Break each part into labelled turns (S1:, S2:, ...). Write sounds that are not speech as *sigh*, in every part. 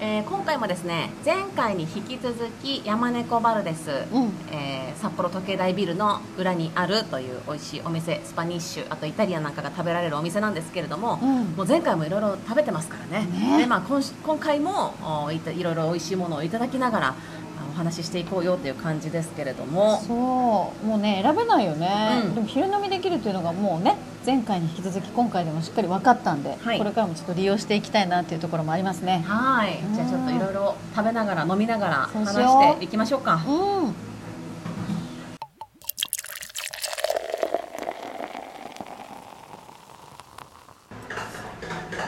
S1: えー今回もですね前回に引き続き山猫バルです、
S2: うん
S1: えー札幌時計台ビルの裏にあるという美味しいお店スパニッシュあとイタリアンなんかが食べられるお店なんですけれども、
S2: うん
S1: もう前回もいろいろ食べてますからね
S2: ね
S1: で、まあ、今し今回もおいたいろいろ美味しいものをいただきながらあお話ししていこうよという感じですけれども
S2: そうもうね選べないよね、
S1: うん
S2: でも昼飲みできるというのがもうね前回に引き続き今回でもしっかり分かったんで、
S1: はい
S2: これからもちょっと利用していきたいなっていうところもありますね
S1: はいじゃあちょっといろいろ食べながら飲みながら
S2: そう
S1: 話
S2: しよう
S1: していきましょうか
S2: うん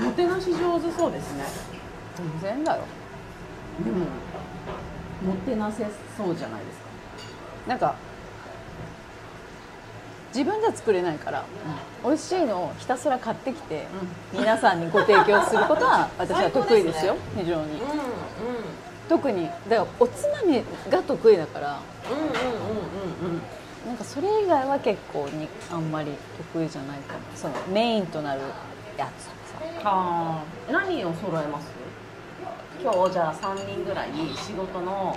S3: もてなし上手そうですね全然だよ
S1: でももてなせそうじゃないですか
S3: なんか自分じゃ作れないから、美味しいのをひたすら買ってきて、皆さんにご提供することは私は得意ですよ非常に
S1: うんうん
S3: 特にだからおつまみが得意だから
S1: うんうんうんうん
S3: なんかそれ以外は結構にあんまり得意じゃないかもそのメインとなるやつとか
S1: あー何を揃えます今日じゃあ3人ぐらい仕事の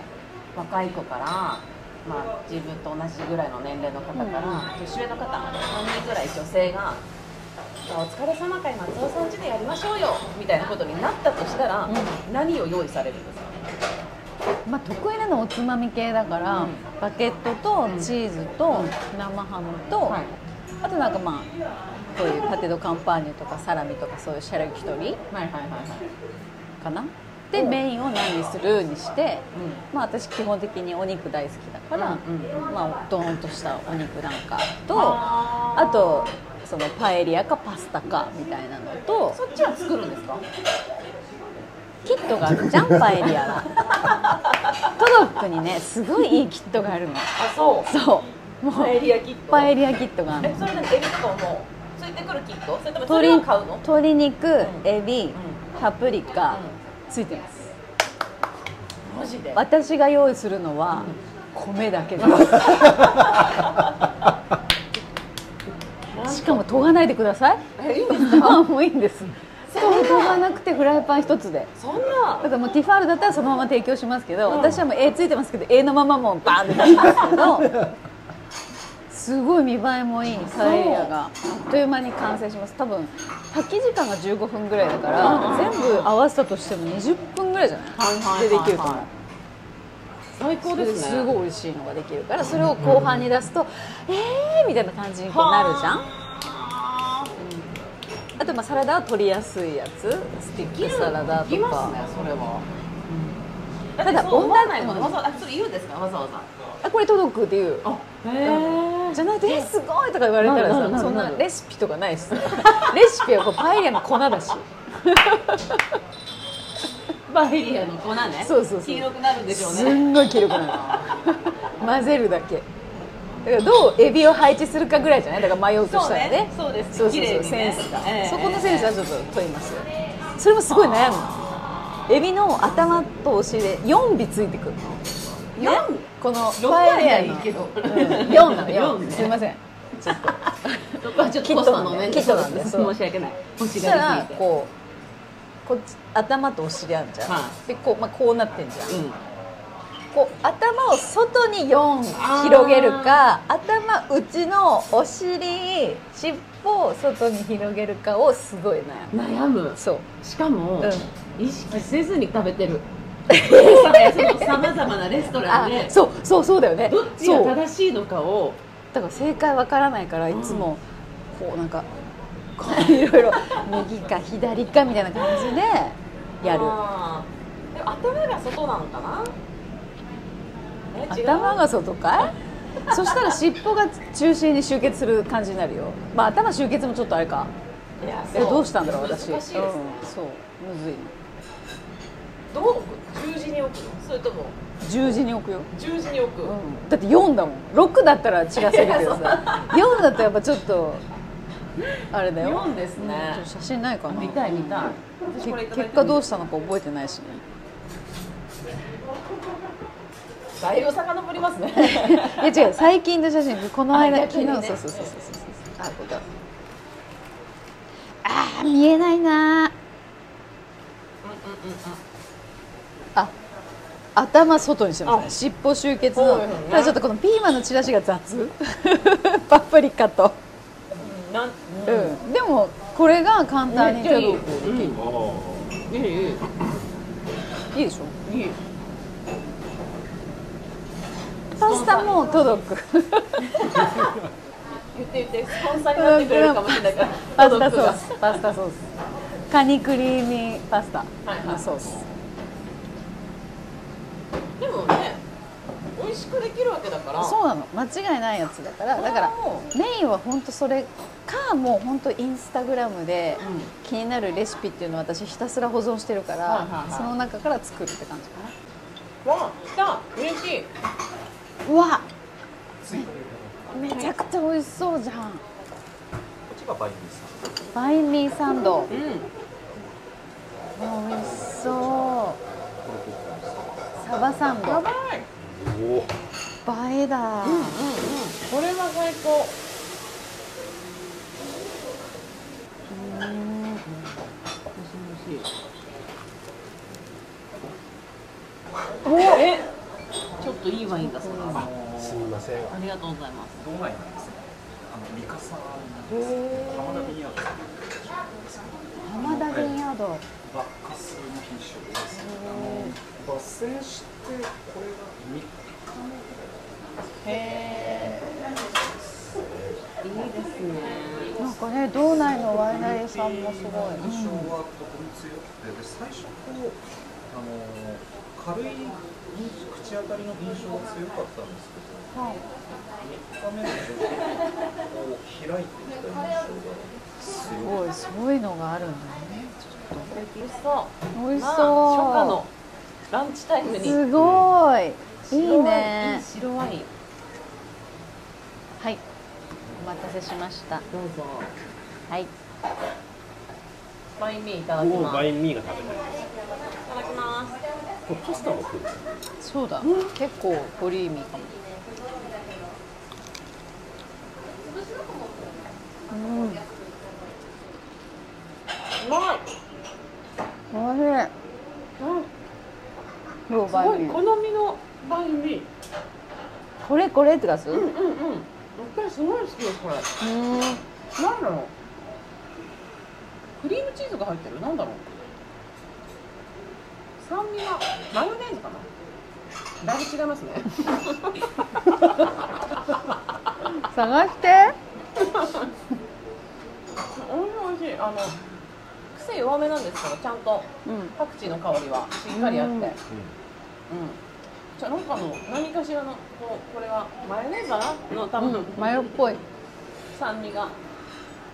S1: 若い子から、まあ、自分と同じぐらいの年齢の方から、
S3: う
S1: 年上の方3人ぐらい女性が「お疲れ様会松尾さん家でやりましょうよ」みたいなことになったとしたら、
S3: う
S1: 何を用意されるんですか
S3: さ、まあ、得意なのはおつまみ系だから、
S1: うん
S3: バケットとチーズと生ハムと、
S1: はい
S3: あとなんかまあこういうパテドカンパーニュとかサラミとかそういうシャラキトリ
S1: はいはいはいはい、
S3: かなで
S1: うん
S3: メインを何にするにして、
S1: うん
S3: まあ、私基本的にお肉大好きだから、
S1: うんうん
S3: まあ、ドーンとしたお肉なんかとあ
S1: あー
S3: とそのパエリアかパスタかみたいなのと
S1: そっちは作るんですか
S3: キットがあるじゃんパエリア
S1: *laughs*
S3: はトドックにねすごいいいキットがあるの
S1: あそ
S3: そうもう
S1: パエリアキット
S3: パエリアキットがある
S1: え
S3: の
S1: それ何エビとかもついてくるキットそれともそれ
S3: 鶏
S1: を買うの
S3: 鶏肉エビ、
S1: う
S3: パプリカ、ついてます
S1: マジで
S3: 私が用意するのは米だけですしかも研がないでください
S1: えいいんです
S3: あもういいんですそう研がなくてフライパン一つで
S1: そんな
S3: だからもうティファールだったらそのまま提供しますけど、
S1: うん
S3: 私はもう絵ついてますけど絵のままもうバーンって出しますけどすごい見栄えもいいパエリアがあっという間に完成します多分炊き時間が15分ぐらいだから、全部合わせたとしても20分ぐらいじゃない,、
S1: はいはいはいはい
S3: でできると思う
S1: 最高ですね
S3: すごい美味しいのができるからそれを後半に出すと、えーみたいな感じにこうなるじゃんあとまあサラダは取りやすいやつスティックサラダと
S1: いますね
S3: か
S1: それは
S3: た
S1: ただ
S3: だ
S1: そう思わないも
S3: 女
S1: んわざわざあそれ言うんですかわざわざ
S3: あこれ届くっていう
S1: あへ
S3: じゃないと「えすごい!」とか言われた
S1: な
S3: ら
S1: るなるな
S3: さ
S1: る
S3: そんなレシピとかないっす *laughs* レシピはこうパエリアの粉
S1: *laughs*
S3: だし
S1: バエリアの粉ね
S3: そうそうそう
S1: 黄色くなるんでしょう
S3: す
S1: ね
S3: んごい黄色くなる混ぜるだけだからどうエビを配置するかぐらいじゃないだから迷うとしたらね
S1: そうねそうです
S3: そうそう
S1: 綺
S3: そ
S1: 麗に
S3: う
S1: ね
S3: センスが、
S1: ええ
S3: そこのセンスはちょっと問いますよそれもすごい悩むのエビの頭とお尻で4尾ついてくるの
S1: 四
S3: この
S1: 六
S3: パエリア
S1: は
S3: の
S1: いいけど
S3: 4なの
S1: 四ね
S3: 4すいません
S1: そこはちょっとコストのね
S3: キットなんで
S1: そう
S3: そう
S1: 申し訳ない
S3: そ
S1: 星
S3: し
S1: が
S3: た
S1: 出
S3: ら
S1: ていて
S3: こうこっち頭とお尻あるじゃん、
S1: は
S3: でこう,、まあ、こうなってんじゃん、
S1: うん
S3: こう頭を外に4広げるか頭内のお尻尻尾を外に広げるかをすごい悩む
S1: 悩む
S3: そう
S1: しかも、意識せずに食べ *laughs* てるさまざまなレストラ
S3: あ
S1: ンで
S3: そうそうそうだよね
S1: どっちが
S3: そうだ
S1: 正しいのかを
S3: から正解わからないからいつもこうなんかこういろいろ右か左かみたいな感じでやる
S1: あーでも頭が外なのかなえ違う
S3: 頭が外かいそしたら尻尾が中心に集結する感じになるよまあ頭集結もちょっとあれか
S1: いや
S3: え
S1: そう
S3: どうしたんだろう私
S1: 難しいですね、
S3: うんそうむずいね
S1: どう置く十字に置くのそれとも
S3: 十字に置くよ、
S1: 十字に置く、
S3: だって4だもん6だったら違すぎるけどさ4だったらやっぱちょっとあれだよ
S1: 四ですね
S3: うんちょっと写真ないかな
S1: 見たい見たい私
S3: け
S1: これいただいて
S3: 結果どうしたのか覚えてないしね
S1: だいぶ遡り *laughs* ますね
S3: いや違う最近の写真この間
S1: あ逆
S3: 昨
S1: にね *laughs*
S3: 日そうそうそうそうそうあここだあー見えないなーあ頭外にしてますね
S1: あ
S3: 尻尾集結
S1: そ
S3: の
S1: うですよね
S3: ただちょっとこのピーマンのチラシが雑 *laughs* パプリカと、
S1: なん
S3: う
S1: うん
S3: ん、でもこれが簡単
S1: めっ
S3: に
S1: ちゃいい
S3: ちょっと
S1: うん
S4: ああ
S1: いいいい
S3: いいでしょ
S1: いい
S3: パスタも届く
S1: 言って言ってスポンサーになってくれるかもしれないから
S3: パスタソ
S1: が
S3: ースパスタソースカニクリーミーパスタ
S1: はいはい
S3: のソース
S1: でもね美味しくできるわけだから
S3: そうなの間違いないやつだからだから
S1: も
S3: メインは本当それかもう本当インスタグラムで
S1: うん
S3: 気になるレシピっていうのを私ひたすら保存してるから、
S1: はいはいはい
S3: その中から作るって感じか
S1: わ来た嬉しい
S3: なうわめちゃくちゃ美味しそうじゃん
S4: こっちがバインミーさ
S3: バインミーサン
S4: ん
S3: ド
S1: うん
S3: 美味しそうサバサン
S1: や
S3: ド
S1: ばい
S4: おお
S3: 映えだ、
S1: これは最高うん美味しい美味しいおえちょっといいワインだそうです
S5: すみません。
S1: ありがとうございます
S4: どうなんですねあのミカサなんです浜田ビニアード
S3: 浜田ビンヤード
S4: バッカスの品種ですあの抜栓してこれが
S1: へ
S4: 三
S1: えいいですね
S3: なんかね道内のワイナリーさんもすごい
S4: 印象はとても強くてで最初こうあの軽い口当たりの印象が強かったんですけど
S3: はい
S4: 3日目でちょっとこう開いてきた印象が
S3: す
S4: 強い
S3: ごいそういうのがあるんだね
S1: 美味しそう
S3: 美味しそ
S1: ま
S3: う、
S1: あ初夏のランチタイムに
S3: すごい。いい
S1: 白ワインい
S3: ね
S1: い。白ワイン
S3: はい。お待たせしました。
S1: どうぞ
S3: はい。
S1: バインミーいただき
S5: もう
S1: ます
S5: バ
S1: い
S5: インミーが食べたい。
S1: ただきます
S5: これパスタも来る。
S3: そうだ。結構ボリューミーかも。
S1: うまい
S3: おいしい。どう
S1: すご
S3: バイ
S1: い
S3: ンミー
S1: 好みのバインミー
S3: これこれってかす。
S1: うん
S3: う
S1: うんうん私すごい好きですこれ
S3: ーん。
S1: 何だろうクリームチーズが入ってるなんだろう酸味がマヨネーズかなだいぶ違いますね
S3: 探して。
S1: おいしいおいしいあの癖弱めなんですけどちゃんと
S3: うん。
S1: パクチーの香りはしっかりあって
S3: う
S1: うんん、じゃあなんかの何かしらのこうこれはマヨネーズかなの多分、
S3: マヨっぽい。
S1: 酸味があ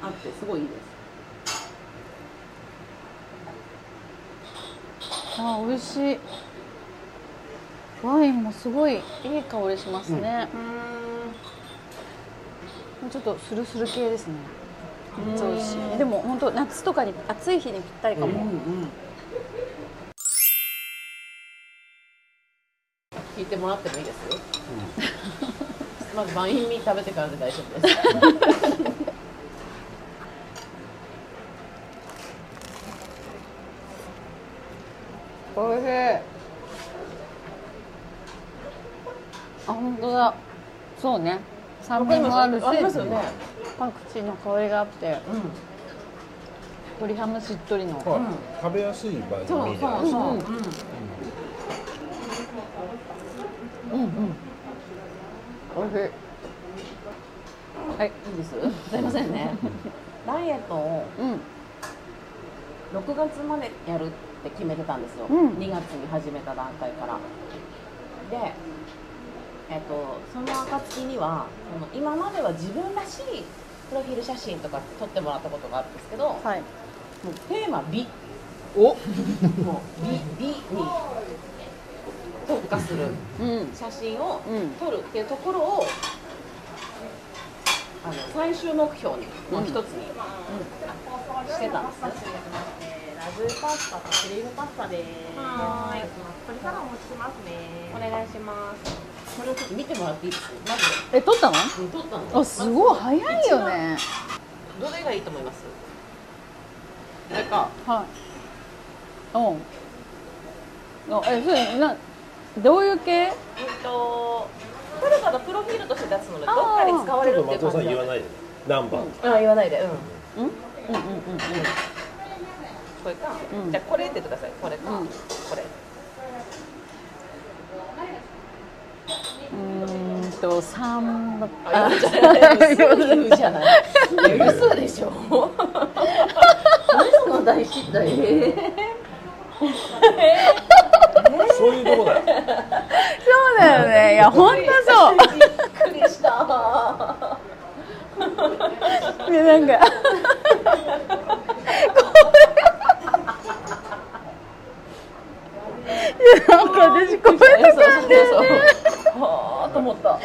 S1: ってすごいいいです
S3: あ、美味しい。ワインもすごいいい香りしますね。ちょっとスルスル系ですね。めっちゃ美味しい。でも本当夏とかに暑い日にぴったりかも。
S1: 聞いてもらってもいいです *laughs* よ、まずバインミー食べてからで大丈夫です
S3: おいしいあ本当だそうね酸味もあるし
S1: りますよね、
S3: パクチーの香りがあって
S1: うん
S3: 鶏ハムしっとりの
S5: はい。食べやすいバインミ
S1: そう
S5: ー
S1: そ
S5: だ
S1: うそう、
S3: うん
S1: うん
S3: おいしい
S1: はい、いいです。すいません *laughs* ね。ダイエットを
S3: うん
S1: 6月までやるって決めてたんですよ。
S3: うん
S1: 2月に始めた段階から。で、えっとその暁にはその今までは自分らしいプロフィール写真とか撮ってもらったことがあるんですけど、も
S3: はいう
S1: テーマ美、
S3: お
S1: もう美美に特化する
S3: うん
S1: 写真を
S3: うん
S1: 撮るっていうところを。あの最終目標にの一つに、してたんですね
S6: ラグパスタとクリームパスタです。
S1: はーい
S6: これからお持ちしますね。
S1: お願いしますこれをちょっと見てもらっていいですかまず
S3: え撮ったの
S1: うん撮ったの
S3: あすごい早いよね
S1: どれがいいと思いますなんか
S3: はいうんあえそれなどういう系
S1: うんとトルカのプロフィールとして出すのでどっかに使われ
S4: ちょ
S1: る
S4: っ
S1: っ
S4: と
S1: ていう
S4: 松
S1: 感
S4: 尾さん
S1: じ
S4: 言わないでねナンバー
S1: あ言わないでうん
S3: うんうんうん
S1: これか、
S3: うん
S1: じゃあこれって言ってくださいこれか、
S3: う
S1: こ
S3: ん
S1: れ
S3: うーんと三番
S1: あ
S3: あ
S1: 嘘じゃない嘘じゃないいや嘘でしょ何その大失態え
S4: そういうとこだよ
S3: そうだよねいや本当そう
S1: ー、びっくりした
S3: でなんか
S1: *laughs* そうそうそ
S3: これいやなんか私こういうとこ
S1: うそうはあと思った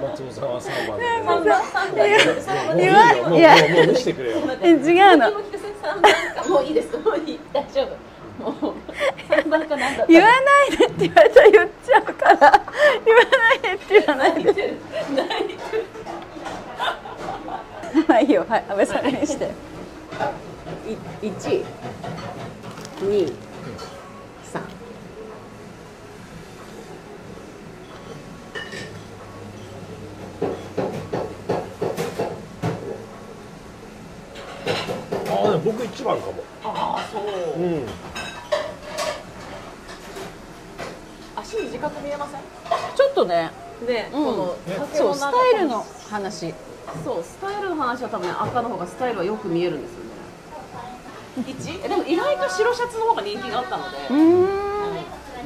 S4: 松尾さんは3番だけど
S1: 三段
S4: もういい
S3: 言
S4: よ
S3: わ
S4: もう
S3: いや
S4: もうもう見せてくれよ
S3: え違うの
S1: もういいですもういい大丈夫もう三番かなんだった
S3: 言わないでって言われたら言っちゃうから言わないでって言わないではいいいよはい安倍さんにして
S1: い一二三
S4: あでも僕一番かも
S1: ああそう
S4: うん
S1: 足短く見えません
S3: ちょっとね
S1: ね、
S3: うん
S1: この竹
S3: そう
S1: の
S3: ス
S1: 中
S3: タイルの話
S1: そうスタイルの話は多分ね赤の方がスタイルはよく見えるんですよね一えでも意外と白シャツの方が人気があったので、
S3: うーん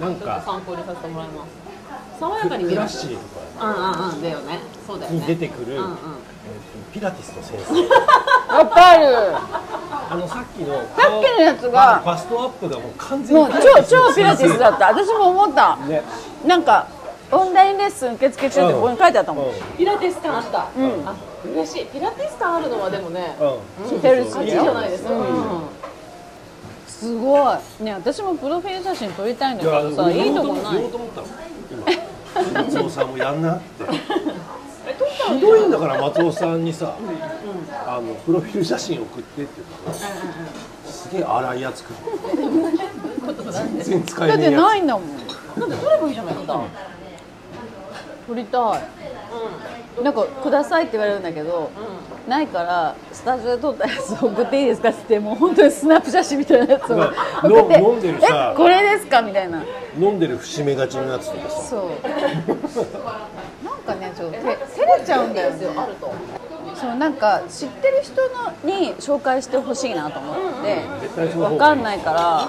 S4: なん
S1: ちょっと
S4: か
S1: 参考にさせてもらいます爽やかに見
S4: ク
S1: え
S4: ラッ
S1: ます
S4: シーと
S1: うんうんうんだよねそうだ
S4: か
S1: よ
S4: に
S1: ね
S4: 出てくる、
S1: うんうん
S4: ピラティスの先
S3: *laughs*
S4: 生
S3: わかる
S4: あのさっきの
S3: さっきのやつ
S4: あの
S3: が
S4: ファストアップがもう完全
S3: もう
S4: に
S3: 超超ピラティスだった私も思った
S4: ね
S3: なんかオンラインレッスン受付中ってここに書いてあったもん、
S4: う
S1: ピラティス感あった、
S3: ん
S1: あ嬉しいピラティス感あるのはでもね
S4: んうん
S3: 似てるし
S4: そうそうそう
S1: 勝ちじゃないですか、うん
S3: すごいね私もプロフィール写真撮りたいんだ
S4: い
S3: け
S4: や
S3: どさいいとこ
S4: 俺
S3: な
S4: 言
S3: い
S4: おうと思ったの今松尾さんもやんなって
S1: え撮った
S4: ひどいんだから松尾さんにさ、あのプロフィール写真送ってって言ったら、すげえ荒いやつ来る全然使
S3: だ
S4: え
S3: っ
S4: ねえ
S3: て
S4: や
S3: ないんだもん
S1: なんで撮ればいいじゃないですか
S3: 撮りたいなんか「ください」って言われるんだけど、ないからスタジオで撮ったやつ送っていいですかって言ってもう本当にスナップ写真みたいなやつを
S4: なんか
S3: 送って
S4: 飲んでるさ
S3: えこれですかみたいな
S4: つ飲んでる節目がちのやつとかさ
S3: そうなんかねちょっとて照れちゃうんだよね
S1: あると
S3: そうなんか知ってる人のに紹介してほしいなと思って
S4: 絶対その
S3: わ
S4: 方
S3: か
S4: が
S3: んないから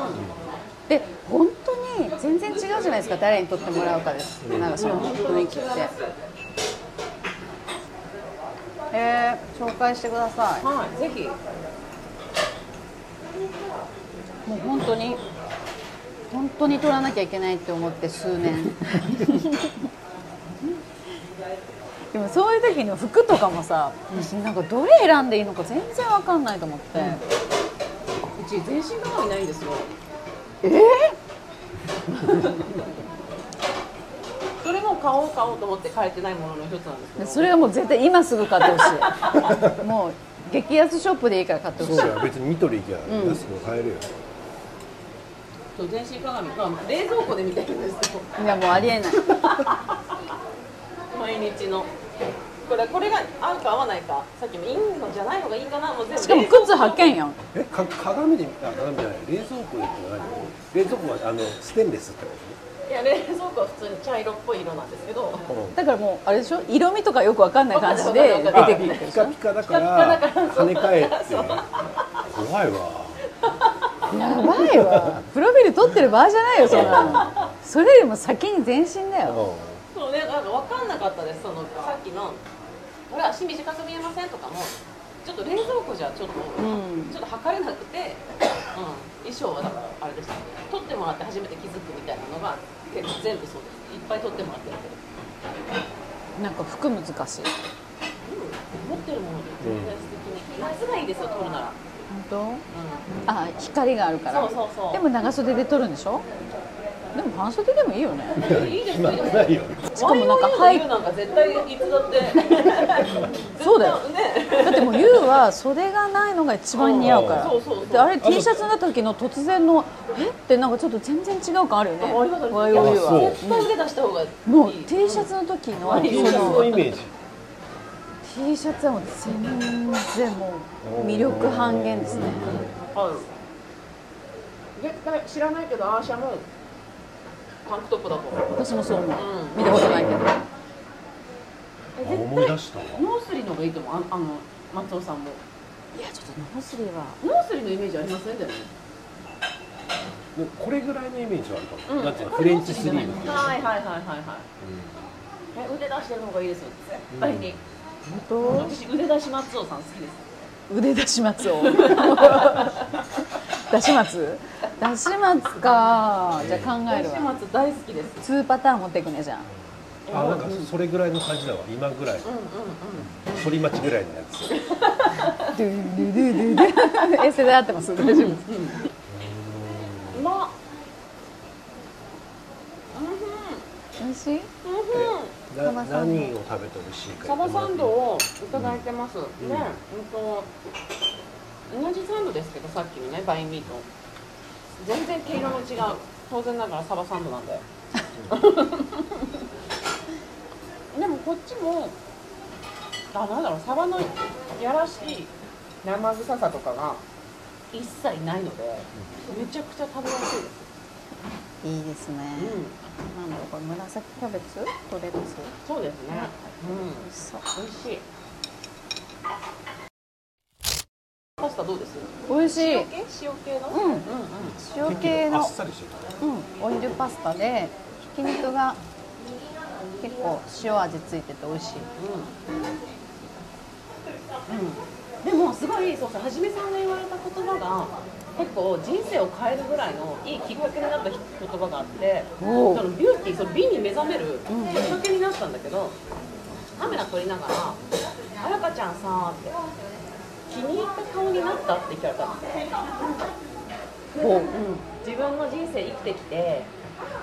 S3: で本当に全然違うじゃないですか誰に撮ってもらうかですなんかその雰囲気ってえー、紹介してください
S1: はいぜひ
S3: もう本当に本当に撮らなきゃいけないって思って数年 *laughs* でもそういう時の服とかもさ、なんかどれ選んでいいのか全然わかんないと思って、
S1: うち全身鏡ないんですよええそれも買おう買おうと思って買えてないものの一つなんですけ
S3: で
S1: ど
S3: それはもう絶対今すぐ買ってほ *laughs* しいもう激安ショップでいいから買ってほ
S4: そう
S3: しい
S4: だよ別にニトリ行きゃ安く買えるよ、
S1: そう全身鏡、まあ、冷蔵庫で見てるんですけど
S3: いやもうありえない
S1: 毎日のこれこれが合うか合わないかさっきもいいのじゃないのがいいかなもう全部
S3: しかも
S1: 冷蔵庫
S3: 靴発見やん
S4: えか鏡で見た鏡じゃない冷蔵庫で見たら何冷蔵庫はあのステンレスってこ
S1: いや冷蔵庫は普通に茶色っぽい色なんですけど
S4: と、うん
S3: だからもうあれでしょ色味とかよくわかんない感じで
S1: わか
S3: 出
S1: んない
S3: てくるわけで
S4: ピ
S3: しょ
S4: カピカだから跳ね返って
S1: そう
S4: 怖いわ
S3: やばいわプロフィール撮ってる場合じゃないよそんなのそれよりも先に全身だよ
S4: う
S1: そうねなんか分かんなかったですそのさっきの「これ足短く見えません」とかもちょっと冷蔵庫じゃちょっと、
S3: ん
S1: ちょっと測れなくて、うん、衣装はだからあれでしたね撮ってもらって初めて気づくみたいなのが結構全部そうですいっぱい撮ってもらってるけど
S3: なんか服難しい
S1: 持ってるもので全然素敵に、夏がいいですよ撮るなら
S3: 本当？あ、光があるから。
S1: そうそうそう
S3: でも長袖で撮るんでしょ？でも半袖でもいいよね。
S1: いいです
S4: 今
S1: よ
S4: ないよ
S3: しかもなんか
S1: YOU
S3: 背
S1: の U なんか絶対いつだって
S3: そうだよ
S1: ね
S3: だってもう U は袖がないのが一番似合うから。
S1: そうそうそう
S3: であれ T シャツになった時の突然のえってなんかちょっと全然違う感あるよね。
S1: ありますあります
S3: YOU
S4: あそう
S3: は。
S1: 絶対腕出した方がいい
S3: もう T シャツの時のそ
S4: T シャツのイ
S3: の
S4: メージ
S3: T シャツはもう全然もう魅力半減ですね。
S1: はい絶対知らないけどアーシャもタンクトップだと思う
S3: 私もそう思う
S1: う。ん
S3: 見たことないけど。
S1: え絶
S4: あ
S1: 対
S4: 思い出したわ
S1: ノースリーの方がいいと思うああの松尾さんも
S3: いやちょっとノースリーは
S1: ノースリーのイメージありませんだよね
S4: でこれぐらいのイメージはあるかも、
S1: うん
S4: なんていうのフレンチスリーブっていうの
S1: はいはいはいはいはいえ腕出してる方がいいですよ絶対に、私腕出し松尾さん好きです
S3: 腕出し松 *laughs* を出し松出し松かじゃあ考える
S1: 私
S3: わ
S1: 松大好きです
S3: 2パターン持ってくねじゃん
S4: うんあなんかそれぐらいの感じだわ今ぐらい反町ぐらいのやつ
S3: ドゥドゥドゥ *laughs* ドゥドゥえ世代合ってます大丈夫です
S1: うまっ
S3: 美味しい
S4: な何を食べて美味しいか
S1: サバサンド
S4: を
S1: をいただいてます、ね、うんと同じサンドですけどさっきのねバインミート全然毛色の違う当然ながらサバサンドなん *laughs* だよでもこっちもあなんだろうサバのやらしい生臭さとかが一切ないのでめちゃくちゃ食べやすいです、
S3: いいです
S1: う
S3: ね、
S1: ん、
S3: なんだろうこれ紫キャベツとレタス
S1: そうですね、うん
S3: 美味しそう
S1: 美味しいパスタどうです
S3: 美味しい
S1: 塩系塩系の
S3: う
S1: うん
S3: ん塩系
S4: あ
S3: の
S4: っ、さりしてる
S3: うん、オイルパスタでひき肉が結構塩味ついてて美味しい
S1: でもすごいそうそうはじめさんが言われた言葉が結構人生を変えるぐらいのいいきっかけになった言葉があってそ
S3: おう
S1: のビューティーその美に目覚めるきっかけになったんだけどカメラ撮りながら「あやかちゃんさ」って「気に入った顔になった?」って聞かれたの。
S3: おう
S1: 自分の人生生きてきて、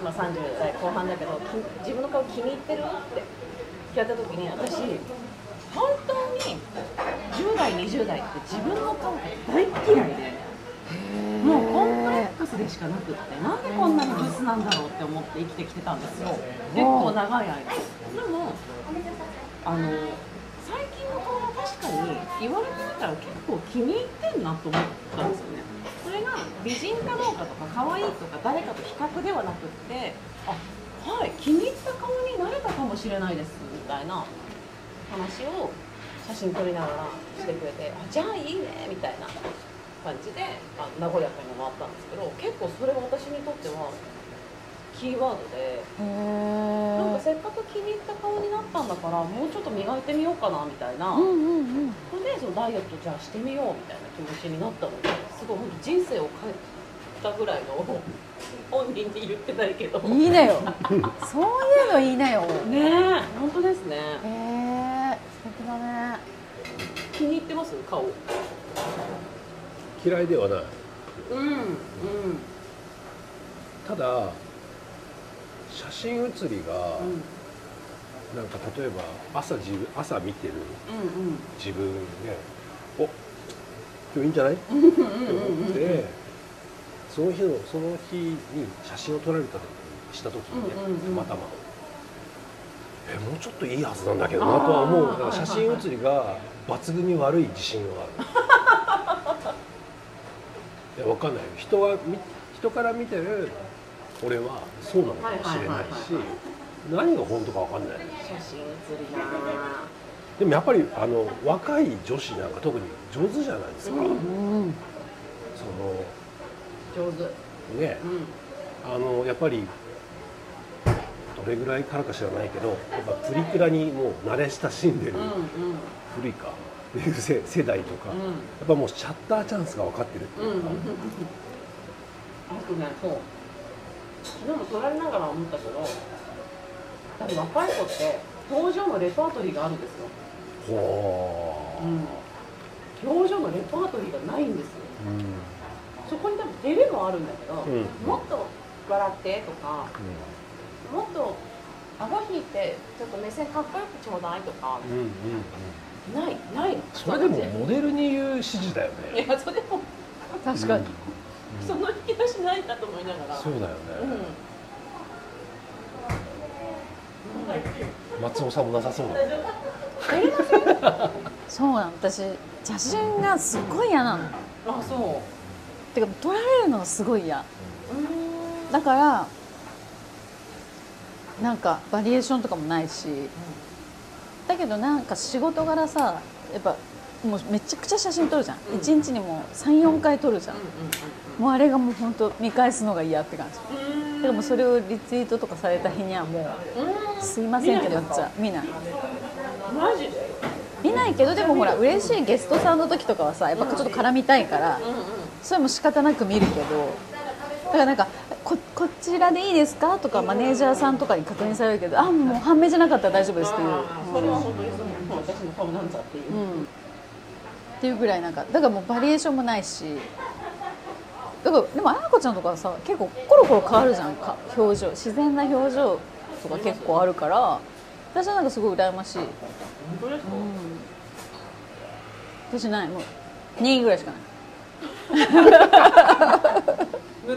S1: まあ、30代後半だけどき自分の顔気に入ってるって聞かれた時に私本当に10代20代って自分の顔が大嫌いで。もうコンプレックスでしかなくってなんでこんなにブスなんだろうって思って生きてきてたんですよ結構長い間でもあの最近の顔は確かに言われてみたら結構気に入ってんなと思ったんですよねそれが美人かどうかとか可愛いとか誰かと比較ではなくってあはい気に入った顔になれたかもしれないですみたいな話を写真撮りながらしてくれてあじゃあいいねみたいな感じで、まあ、和やかに回ったんですけど結構それは私にとってはキーワードでなんかせっかく気に入った顔になったんだからもうちょっと磨いてみようかなみたいな。
S3: うんうんうん
S1: これでそのダイエットじゃあしてみようみたいな気持ちになったのですごい本当人生を変えたぐらいの本人に言ってないけどね
S3: いいなよ。そういうのいいなよ。
S1: え本当ですね
S3: ええ素敵だね。
S1: 気に入ってます顔うん
S4: 嫌いではない
S1: うん
S4: ただ写真写りが、
S1: うん
S4: なんか例えば朝自分朝見てる
S1: うん
S4: 自分ねお今日いいんじ
S1: *laughs*
S4: ゃないって思ってその日のその日に写真を撮られた時にした時にね、
S1: うんうんうん
S4: たまたまえもうちょっといいはずなんだけどなとは思う
S1: あー
S4: なんか写真写りが抜群に悪い自信がある *laughs* いやわかんないよ人が見人から見てる俺はそうなのかもしれないし
S1: はいはいはいはい
S4: 何が本当かわかんない
S1: 写真写りなあ
S4: でもやっぱりあの若い女子なんか特に上手じゃないですか、そ
S1: 上手
S4: のね
S1: うん
S4: あのやっぱりどれぐらいからか知らないけどやっぱプリクラにもう慣れ親しんでる、
S1: うんうん
S4: 古いかっていう世世代とか、
S1: うん
S4: やっぱもうシャッターチャンスが分かってるって
S1: うんう
S4: い
S1: ん
S4: うか、
S1: あとねそう昨日も撮られながら思ったけど多分若い子って表情のレパートリーがあるんですよ
S4: ほ
S1: うん表情のレパートリーがないんですよ
S4: う
S1: そこに多分照れもあるんだけど、
S4: んうん
S1: もっと笑ってとかもっと顎引いてちょっと目線かっこよくちょうだいとか
S4: うんうんうん
S1: ないない
S4: それでも
S1: い
S4: モデルに言う指示だよね
S1: やそれでも
S3: 確かに、
S4: うん
S1: その引き出しないなと思いながら
S4: そうだよ
S1: うん
S4: ね、松尾さんもなさそうだね
S3: そうなの私写真がすっごい嫌なの
S1: あそ
S3: てか撮られるのがすごい嫌
S1: ううーん
S3: だからなんかバリエーションとかもないし、だけどなんか仕事柄さやっぱもうめちゃくちゃ写真撮るじゃん、
S1: うん
S3: 一1日にもう34回撮るじゃん、もうあれがもう本当見返すのが嫌って感
S1: う
S3: じ、
S1: んうんうん
S3: でもそれをリツイートとかされた日にはも
S1: う
S3: うすいませんってなっちゃう見ない
S1: ーんマジで
S3: 見ないけどでもほら嬉しいゲストさんの時とかはさやっぱちょっと絡みたいから、
S1: うんうん
S3: それも仕方なく見るけどだからなんかここちらでいいですかとかマネージャーさんとかに確認されるけどあもう判明じゃなかったら大丈夫ですっていう、
S1: あーそれは本当にそうもう私の顔なんだっていう、
S3: うん、っていうぐらいなんかだからもうバリエーションもないしだからでもあやこちゃんとかはさ結構コロコロ変わるじゃんか表情自然な表情とか結構あるから私はなんかすごい羨ましい
S1: 本当ですか、
S3: 私ないもう2位ぐらいしかない
S1: なん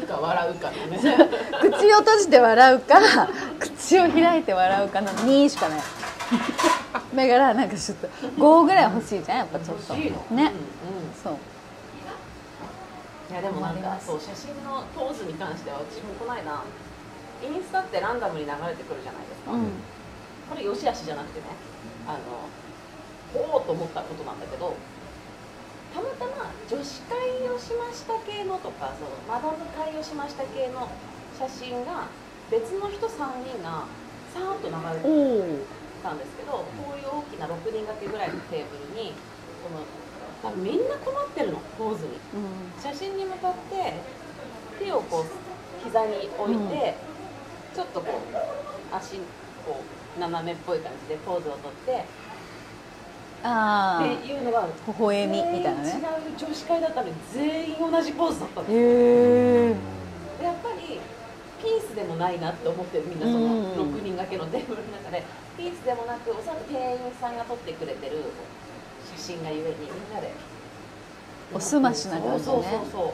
S1: か笑うからね
S3: 口を閉じて笑うか *laughs* 口を開いて笑うかの2しかないだからなんかちょっと5ぐらい欲しいじゃんやっぱちょっと
S1: 欲しいの
S3: ね
S1: うんうん
S3: そう
S1: いやでもなんかそう写真のポーズに関しては私もこの間インスタってランダムに流れてくるじゃないですか、
S3: うん
S1: これ良し悪しじゃなくてねあのおおと思ったことなんだけどたまたま女子会をしました系のとかそのマダム会をしました系の写真が別の人3人がさーっと流れて
S3: おお
S1: たんですけどこういう大きな6人掛けぐらいのテーブルにこのまあみんな困ってるのポーズに。写真に向かって手をこう膝に置いて、
S3: うん
S1: ちょっとこう足こう斜めっぽい感じでポーズをとって
S3: ああ
S1: っていうのが
S3: 微笑みみたいな
S1: 全員違
S3: ね
S1: う女子会だったのに全員同じポーズだったの
S3: へえ
S1: やっぱりピースでもないなって思ってるみんなそ
S3: うん
S1: の6人掛けのテーブルの中でピースでもなくおそらく店員さんが撮ってくれてる写真がゆえにみんなで
S3: おすましな感じね
S1: そうそうそうそう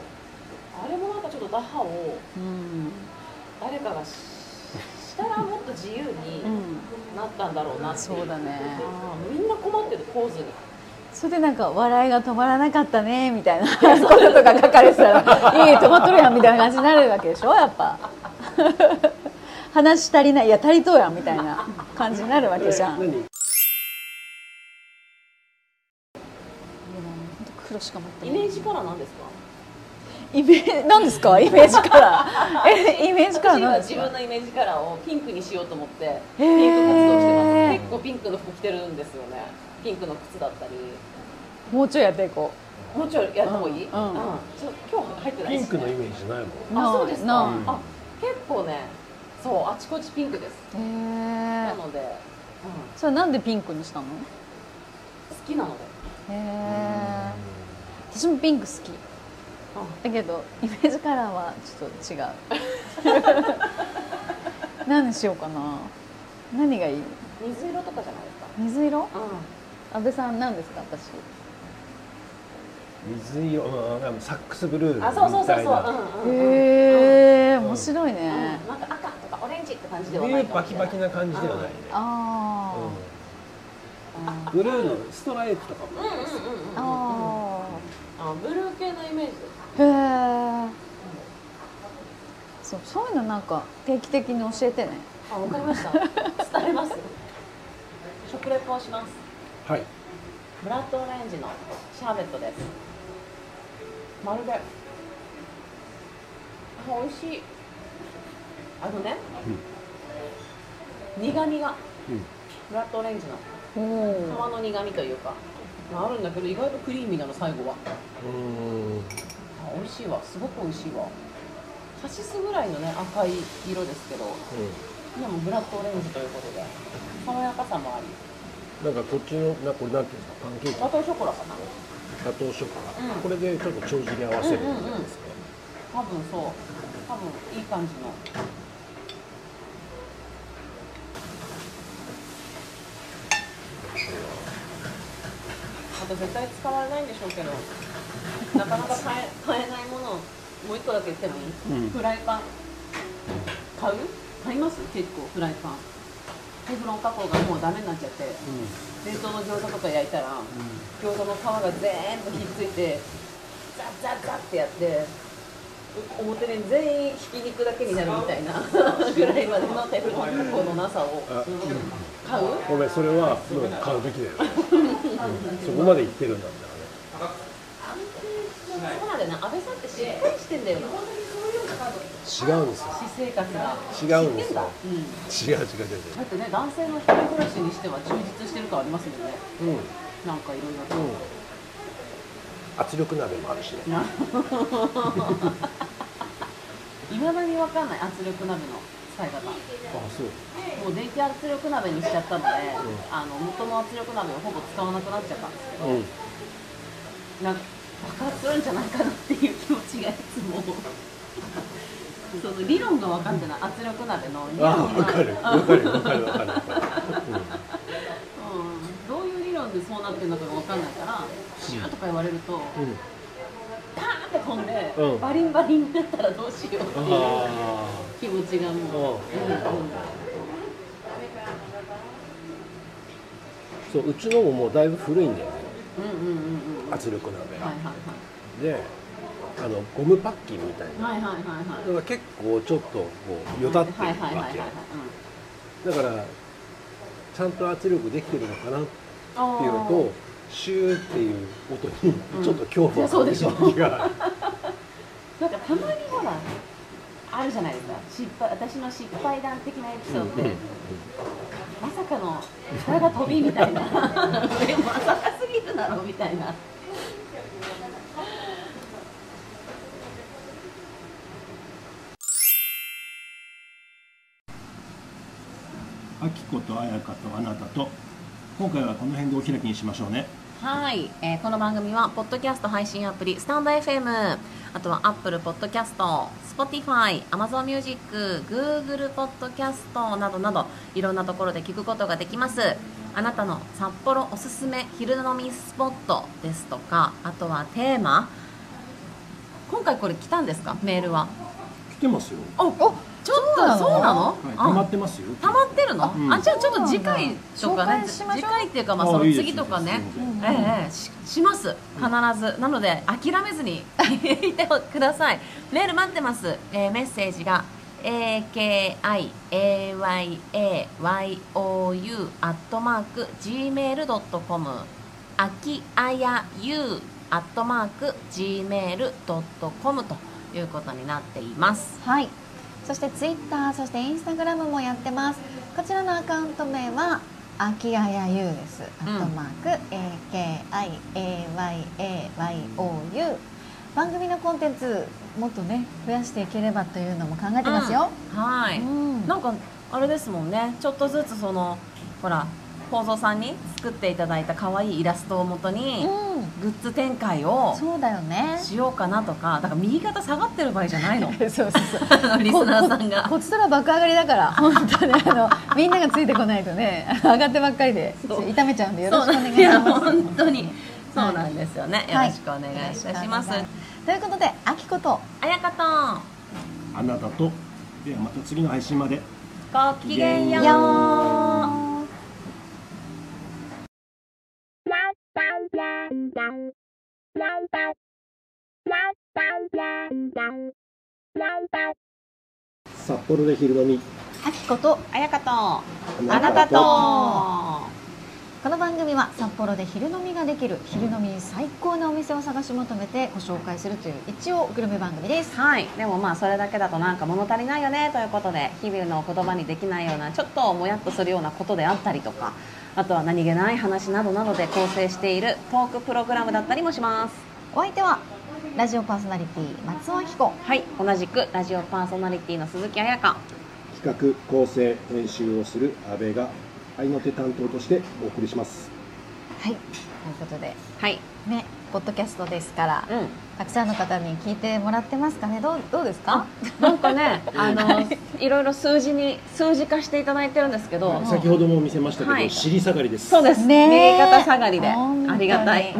S1: あれもなんかちょっと打破を
S3: うん
S1: 誰かがししたらもっと自由に
S3: うん
S1: なったんだろうなってい
S3: そうだね
S1: あーみんな困ってるポーズに
S3: それでなんか笑いが止まらなかったねみ *laughs* たいなこととか書かれてたら「いい止まっとるやん」みたいな感じになるわけでしょやっぱ話足りないいや足りとうやんみたいな感じになるわけじゃんいやもう
S4: 何
S3: 本当黒しか持って
S1: イ
S3: な
S1: メ
S3: い
S1: ージカラーなんですか
S3: イメージ何ですかイメージカラーえイメージカラー
S1: 私
S3: 何
S1: 今
S3: です
S1: 自
S3: か
S1: 分のイメージカラーをピンクにしようと思って
S3: へ
S1: ピ
S3: ー
S1: ンク活動してます結構ピンクの服着てるんですよねピンクの靴だったり
S3: もうちょいやっていこ
S1: もうちょいやった方がいい、
S3: うんうん
S1: ちょ今日入ってない
S4: ピ
S1: し
S4: ンクのイメージない
S3: う
S4: もん
S1: あそうですか
S3: な
S4: うん
S1: あ結構ねそうあちこちピンクです
S3: いへえ
S1: なので、うん、
S3: それなんでピンクにしたの
S1: 好きなので
S3: へえ私もピンク好きだけどイメージカラーはちょっと違う
S1: *laughs*
S3: 何にしようかな何がいい
S1: 水色とかじゃないですか
S3: 水色
S1: うん
S3: 安部さん何ですか私
S4: 水色うんサックスブルーみた
S1: あ、
S4: い
S1: そうそうそうそう。
S4: な
S1: うんうんうん
S3: へえ面白いね、
S1: うんなんか赤とかオレンジって感じではな
S4: ね
S1: いかも
S4: バ
S1: し
S4: キ
S1: れな
S4: バ
S1: い。
S4: キな感じではないね
S3: あー、
S4: うんブルーのストライプとかも
S1: うんうんうんうん。あ
S3: あ
S1: あ、ブルー系のイメージです。
S3: ーへえそうそういうのなんか定期的に教えてね
S1: あ、わかりました。伝えます。食レポをします。
S4: はい
S1: ブラッドオレンジのシャーベットです。まるで。あ美味しい。あのね。苦味が。
S4: うん
S1: ブラッドオレンジの
S3: おお
S1: 皮の苦味というか。あるんだけど、意外とクリーミーなの最後は。
S4: うん
S1: あ美味しいわすごく美味しいわカシスぐらいのね赤い色ですけどでもブラックオレンジということで爽やかさもあり
S4: なんかこっちのなこれなんていうんですかパンケーキ
S1: ガトーショコラかな
S4: ガトーショコラ、これでちょっと帳尻合わせるみたいなですか、
S1: 多分そう多分いい感じのあと絶対使われないんでしょうけどなかなか買え買えないものをもう一個だけ言ってもいい、
S4: うん
S1: フライパン買う買います結構フライパンテフロン加工がもうダメになっちゃって冷凍の餃子とか焼いたら、餃子の皮が全部ひっついてザッザッザッってやって表面全員ひき肉だけになるみたいなぐらいまでのテフロン加工のなさを
S4: あ
S1: 買う
S4: ごめんそれはもう買うべきだよ、そこまで言ってるんだったらね
S1: そうなんだよね安倍さんってしっかりしてんだよな
S4: 違うんですよ
S1: 私生活が
S4: 違うんですよ
S1: 知ってんだ、うん
S4: 違う違う違う
S1: だってね男性の一人暮らしにしては充実してる感ありますもんね
S4: 違う、うん
S1: なんかいろいろと、
S4: うん圧力鍋もあるしね
S1: *laughs* いまだに分かんない圧力鍋の使い方
S4: あそう
S1: もう電気圧力鍋にしちゃったので、あの元の圧力鍋をほぼ使わなくなっちゃったんですけど、
S4: うん
S1: なんか爆発するんじゃないかなっていう気持ちがいつ
S4: *laughs*
S1: もその理論が分かってない圧力鍋の理論
S4: あ
S1: が
S4: わかるわかるわかるわかるわかる、
S1: うん、どういう理論でそうなってるのかが分かんないからシューとか言われると、
S4: うんうん、
S1: パーンって飛んで、
S4: うん
S1: バリンバリンになったらどうしようっていう
S4: あ
S1: 気持ちが
S4: あ
S1: もう、
S4: うんそううちのももうだいぶ古いんだよね
S1: うんうんうんうんうん
S4: 圧力鍋
S1: はいはい
S4: であのゴムパッキンみたいな
S1: はいはいはいはいはい
S4: だから結構ちょっとこうよだってる
S1: はいはいはい
S4: わ
S1: はい
S4: け
S1: はい、
S4: だからちゃんと圧力できてるのかなって
S1: うん、
S4: いうのとシューっていう音にちょっと恐
S1: うんい
S4: 怖を感じる
S1: やそうでしょ
S4: 気が
S1: なんかたまにほらあるじゃないですか失敗私の失敗談的なエピソードで、まさかの腹が飛びみたいな *laughs* でもまさかすぎるだろみたいな
S4: あきことあやかとあなたと今回はこの辺でお開きにしましょうね
S1: はい、えーこの番組はポッドキャスト配信アプリスタンド FM あとは Apple ポッドキャスト Spotify、Amazon Music、Google ポッドキャストなどなどいろんなところで聞くことができますあなたの札幌おすすめ昼飲みスポットですとかあとはテーマ今回これ来たんですかメールは
S4: 来てますよ
S1: おおちょっとそうなの
S4: はい、
S1: あ
S4: 溜まってますよ
S1: 溜まってるの、
S4: うん
S1: あじゃあちょっと次回とかね
S3: 紹介しましょ
S1: 次
S3: う
S1: 回っていうかまあその次とかね
S4: あいいですいいです
S1: ええええしします必ずなので諦めずにいてくださいメール待ってます、えーメッセージが akiayayu アットマーク gmail.com あきあやゆアットマーク gmail.com ということになっています
S3: はいそしてツイッターそしてインスタグラムもやってますこちらのアカウント名はあきあやゆうです、
S1: ん
S3: アットマーク AKIAYAYOU 番組のコンテンツもっとね増やしていければというのも考えてますよ、
S1: はい、
S3: うん
S1: なんかあれですもんねちょっとずつそのほら構造さんに作っていただいた可愛いイラストをもとに
S3: うん
S1: グッズ展開を
S3: そうだよね
S1: しようかなとかだから右肩下がってる場合じゃない *laughs* の
S3: そうそうそう
S1: あのリスナーさん
S3: *laughs* こ
S1: が
S3: こっちとら爆上がりだから本当にあのみんながついてこないとね上がってばっかりでちょっと痛めちゃうんでよろしくお願い
S1: い
S3: し
S1: や
S3: ます
S1: 本当にそうなんですよね、よろしくお願いいたします、
S3: はいということであきこと
S1: あやか
S4: あなたとではまた次の配信まで
S1: とんごきげんよう
S3: よー
S4: 札幌で昼飲み
S3: あきこと
S1: あやかとあ
S4: あ
S1: なたと
S3: この番組は札幌で昼飲みができる昼飲みに最高なお店を探し求めてご紹介するという一応グルメ番組です
S1: はい、でもまあそれだけだとなんか物足りないよねということで日々の言葉にできないようなちょっともやっとするようなことであったりとかあとは何気ない話などなどで構成しているトークプログラムだったりもします
S3: お相手はラジオパーソナリティ松尾明子
S1: はい同じくラジオパーソナリティの鈴木彩香
S4: 企画構成編集をする阿部が
S7: 愛の手担当としてお送りします
S3: はい、ということで、
S1: はい
S3: ね、ポッドキャストですから、
S1: うん
S3: たくさんの方に聞いてもらってますかね、どう、どうですか。
S1: なんかね、あ *laughs* の、いろいろ数字に、数字化していただいてるんですけど。
S4: 先ほども見せましたけど、
S1: はい
S4: 尻下がりです
S1: そうです。
S3: ねえ
S1: 右肩下がりで、
S3: 本当に
S1: ありがたい。
S3: *laughs* ね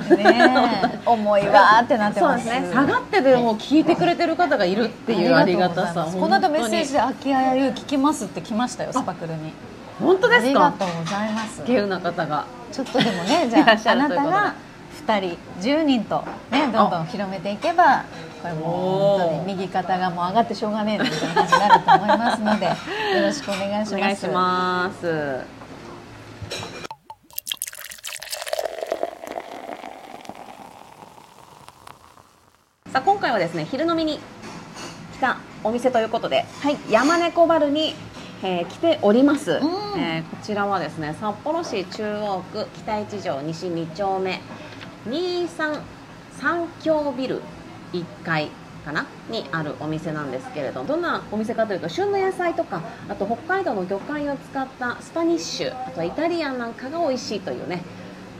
S3: え、重いわーってなって
S1: そう
S3: ま。
S1: ですすね。下がってでも聞いてくれてる方がいるっていうありがたさ。
S3: この後メッセージ
S1: 本
S3: で秋葉優聞きますって来ましたよスパクルに
S1: 当に。本当
S3: あ
S1: です
S3: りが
S1: か
S3: と。うございます
S1: ゲウな方が。
S3: ちょっとでもねじ
S1: いら
S3: ゃ
S1: っしゃ
S3: ああ
S1: る
S3: な
S1: というこ
S3: た
S1: とで
S3: が2人10人とねどんどん広めていけばこれもう本当に右肩がもう上がってしょうがねえなみたいな感じになると思います
S1: *laughs*
S3: のでよろしくお願いします
S1: お願いします。さあ今回はですね昼飲みに来たお店ということで、はい、山猫バルに、えー来ております、えーこちらはですね札幌市中央区北一条西2丁目23三京ビル1階かなにあるお店なんですけれどどんなお店かというと旬の野菜とかあと北海道の魚介を使ったスパニッシュあとはイタリアンなんかが美味しいというね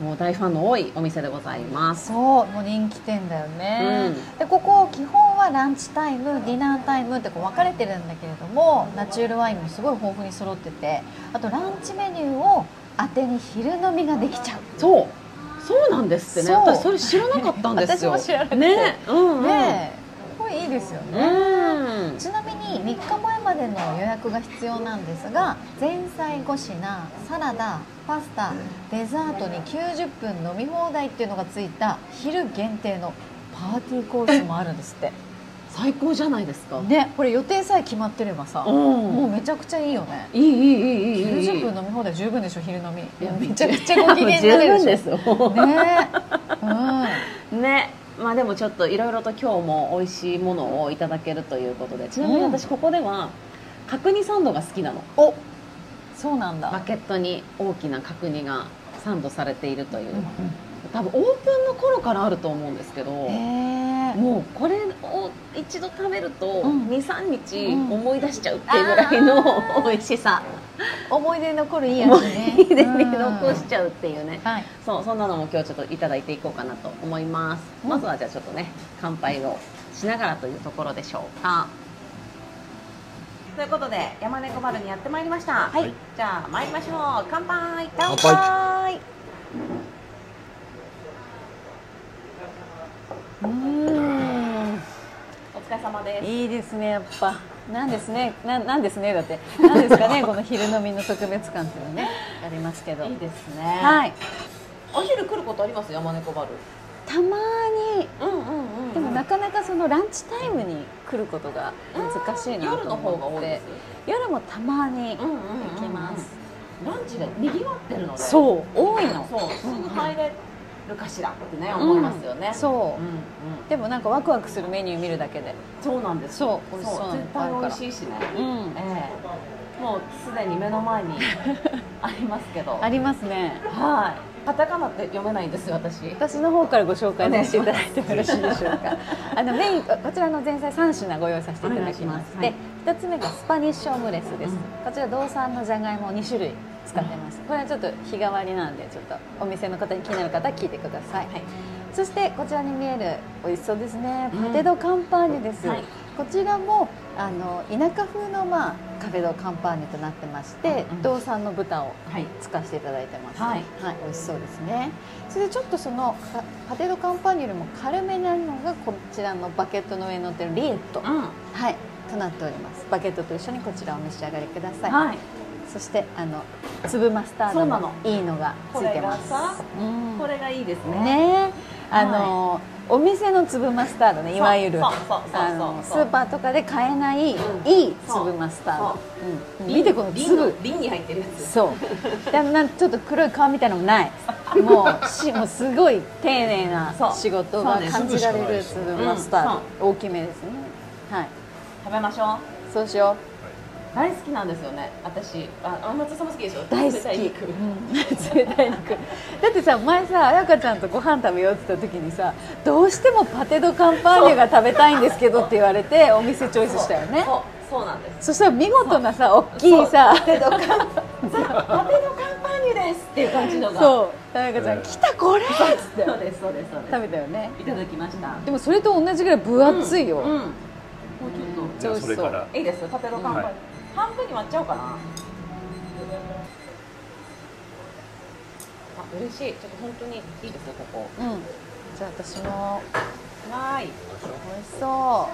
S1: もう大ファンの多いお店でございます
S3: そうもう人気店だよね、
S1: う
S3: でここ基本はランチタイムディナータイムってこう分かれてるんだけれどもナチュールワインもすごい豊富に揃っててあとランチメニューを当てに昼飲みができちゃう
S1: そうそうなんですってね
S3: そう
S1: 私それ知らなかったんですよ
S3: 私も知らなくて
S1: ねうんうん
S3: ねえこれいいですよね、
S1: うん
S3: ちなみに3日前までの予約が必要なんですが前菜5品サラダパスタデザートに90分飲み放題っていうのがついた昼限定のパーティーコースもあるんですって
S1: 最高じゃないですか、
S3: ねこれ予定さえ決まってればさ
S1: う
S3: もうんめちゃくちゃいいよね
S1: いいいいいいいいいい
S3: 90分飲み放題十分でしょ昼飲みいやめちゃくちゃご機嫌に
S1: 十
S3: なれる
S1: 分
S3: で
S1: で
S3: し
S1: すよ
S3: ょねうん
S1: ねまあでもちょっといろいろと今日も美味しいものをいただけるということでちなみに私ここでは角煮サンドが好きなの
S3: おそうなん
S1: バ
S3: だ
S1: ケットに大きな角煮がサンドされているという多分オープンの頃からあると思うんですけど、
S3: へえ
S1: もうこれを一度食べると
S3: うん
S1: 23日
S3: うん
S1: 思い出しちゃうっていうぐらい *laughs* の美味しさ
S3: 思い出に残るいいやつね
S1: でね
S3: うん
S1: 残しちゃうっていうね
S3: はい
S1: そうそんなのも今日ちょっといただいていこうかなと思います、まずはじゃあちょっとね乾杯をしながらというところでしょうかということで山猫バルにやってまいりました、はい、じゃあ参りましょう乾杯乾
S4: 杯
S1: 杯お疲れ様です
S3: いいですねやっぱなんですねななんですねだってなんです *laughs* かねこの昼飲みの特別感っていうのねありますけど
S1: いいですね。
S3: はい
S1: お昼来ることあります山猫バル。
S3: たまに
S1: うんうんうん。
S3: でもなかなかそのランチタイムに来ることが難しいな
S1: 夜
S3: と
S1: の方が多
S3: 思っ
S1: い
S3: て
S1: です。
S3: 夜もたまに行
S1: んうん
S3: きます、
S1: ランチが賑わってるので。う。
S3: そう多いの
S1: そう。すぐ入れるかしらってね思いますよね。
S3: そう
S1: うんうん。
S3: でもなんかワクワクするメニュー見るだけで
S1: そうなんです。
S3: そう美味しそうなの
S1: 絶対美味しいしね。
S3: うん
S1: ええ。もうすでに目の *laughs* 前にありますけど。
S3: ありますね
S1: はい。カタカナって読めないんですよ私。
S3: 私の方からご紹介させていただいてもよろしいでしょうか。あのメインこちらの前菜3品ご用意させていただきます。
S1: お願いしま
S3: で1つ目がスパニッシュオムレスです。こちら道産のじゃがいもを2種類使ってます。これはちょっと日替わりなんでちょっとお店の方に気になる方は聞いてください。そしてこちらに見える美味しそうですね
S1: うん
S3: パテ・ド・カンパーニュです、
S1: はい
S3: こちらもあの田舎風の、まあ、カフェ・ド・カンパーニュとなってまして
S1: うんうん
S3: 道産の豚を
S1: はい。
S3: 使わせていただいてます。
S1: はい。
S3: 美味しそうですね。それでちょっとそのパパテドカンパーニュよりも軽めなのがこちらのバケットの上に乗ってるリエット、
S1: うん。
S3: はいとなっております。バケットと一緒にこちらをお召し上がりください。
S1: はい。
S3: そしてあの粒マスター
S1: そ
S3: ド
S1: うな
S3: の
S1: の
S3: いいのがつ
S1: こ
S3: い
S1: れ
S3: て
S1: が
S3: ます。
S1: さ、
S3: うん
S1: これがいいですね。
S3: ねあの、お店の粒マスタードねいわゆる
S1: そうそうそうそう
S3: あのス
S1: そう
S3: ーパーとかで買えない、
S1: うん
S3: いい粒マスタード
S1: そ、
S3: うん、見てこの
S1: 瓶
S3: 粒
S1: 瓶に入ってるやつ
S3: そうだなんちょっと黒い皮みたいなのもないもうしもうすごい丁寧な
S1: そう
S3: 仕事が
S1: そうです
S3: 感じられる粒マスタード、大きめですねはい
S1: 食べましょう
S3: そうしよ
S1: 大好きなんですよね私ああ松田さんも好きでしょ
S3: う大好き、
S1: 絶対肉
S3: うん、 *laughs* 絶対肉だってさ前さ彩香ちゃんとご飯食べようって言った時にさどうしてもパテ・ド・カンパーニュが食べたいんですけどって言われてお店チョイスしたよね
S1: そうそうなんです
S3: そしたら見事なさ大きいさ
S1: そうパテドカンパですっていう感じのが
S3: そう田中ちゃん、
S4: えー
S3: 来たこれっつって
S1: そうですそうですそうです
S3: 食べたよね
S1: いただきました
S3: でもそれと同じぐらい分厚いよ、
S1: うん、もうちょっ
S4: じゃあそれから
S1: といいです縦の乾杯、
S4: はい
S1: 半分に割っちゃおうかなあ嬉しいちょっと本当にいいですよここ
S3: うんじゃあ私も
S1: はーい
S3: 美味しそ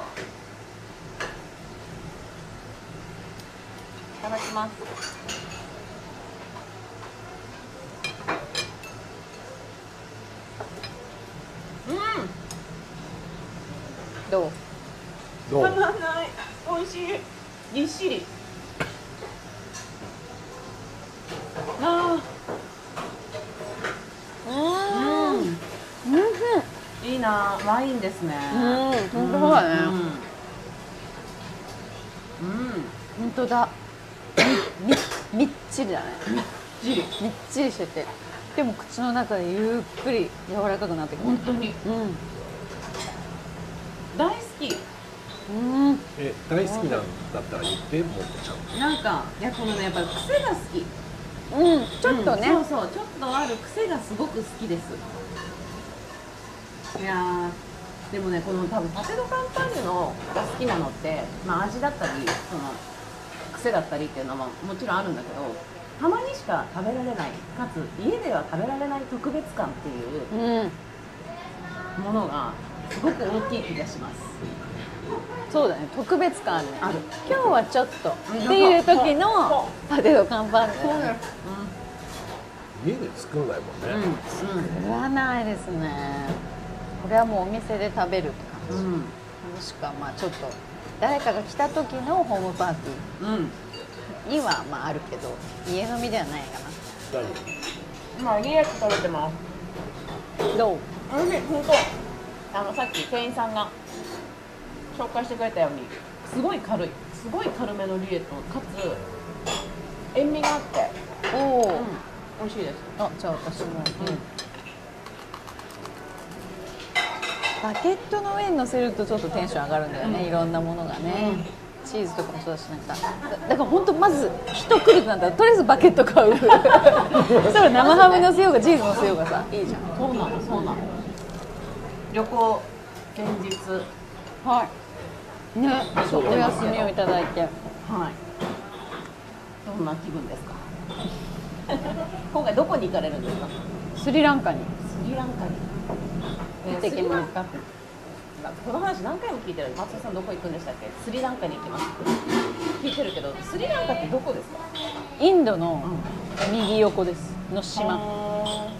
S1: いただきます
S3: うどう
S4: どう
S1: まんない美味しいぎっしりああうんいいなワインですね
S3: うん本当だね、
S1: うんうん
S3: 本当だみみみっちりだねみっちりみっちりしててでも口の中でゆっくり柔らかくなってくる
S1: 本当に
S3: うん
S1: 大好き
S3: うん
S4: え大好きなんだったら言ってもうちゃんと
S1: なんかいやこのねやっぱ癖が好き
S3: うんちょっとね、
S1: うんそうそうちょっとある癖がすごく好きですいやーでもねこの多分パテドカンパーニュのが好きなのって、まあ、味だったりその癖だったりっていうのももちろんあるんだけどたまにしか食べられないかつ家では食べられない特別感っていう
S3: うん、
S1: ものがすごく大きい気がします
S3: そうだね特別感あるね
S1: ある
S3: 今日はちょっとっ
S1: うん
S3: ていう時
S1: そ
S3: のパテドカンパンそうだ
S4: 家で作んないもんね、
S1: う
S3: 食わないですねこれはもうお店で食べるって
S1: んうん
S3: 感じもしくはまあちょっと誰かが来た時のホームパーテ
S1: うんうん
S3: ィーにはまああるけど家飲みではないか
S4: 何
S1: 今家焼き食べてます
S3: などう
S1: おいしい本当あのさっき店員さんが紹介してくれたようにすごい軽いすごい軽めのリエットかつ塩味があって、
S3: おお、
S1: 美味しいです
S3: あじゃあ私も、
S1: うん
S3: バケットの上に乗せるとちょっとテンション上がるんだよね、いろんなものがね、チーズとかもそうだしなんかだだから本当まず人来るってなったらとりあえずバケット *laughs* 買うそしたら生ハム乗せようがチーズ乗せようがさいいじゃん
S1: そうなのそうなの旅行現実
S3: はいね
S1: そう
S3: お休みをいただいて
S1: はいどんな気分ですか *laughs* 今回どこに行かれるんですか
S3: スリランカに
S1: スリランカに
S3: 行ってきます
S1: すこの話何回も聞いてる松田さんどこ行くんでしたっけスリランカに行きます聞いてるけどスリランカってどこですか
S3: インドの右横ですの島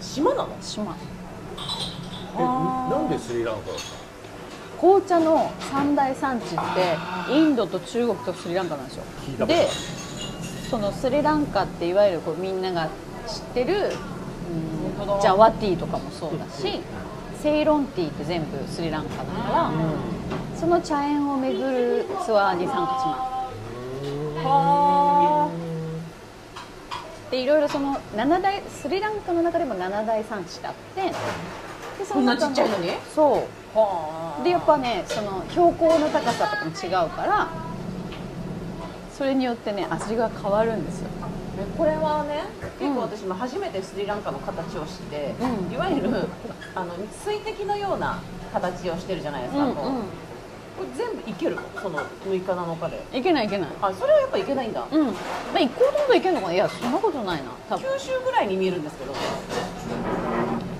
S1: 島島なの
S3: 島
S4: えなんでスリランカなんですか
S3: 紅茶の三大産地ってインドと中国とスリランカなんですよ
S4: 聞いたことある
S3: でそのスリランカっていわゆるこうみんなが知ってるうんジャワティーとかもそうだしセイロンティーって全部スリランカだからその茶園を巡るツアーに参加しますでいろいろその七大スリランカの中でも7大産地があってでそ
S1: こんな
S3: 中
S1: ちっちゃいのに
S3: そう
S1: は
S3: でやっぱねその標高の高さとかも違うからそれによってね味が変わるんですよ
S1: これはね結構私も初めてスリランカの形を知って、いわゆるあの水滴のような形をしてるじゃないですか、こうこれ全部いけるのその6日7日で
S3: いけないいけない
S1: あそれはやっぱいけないんだ、
S3: うんまあ行こうと思ったらいけるのかないやそんなことないな多分
S1: 九州ぐらいに見えるんですけども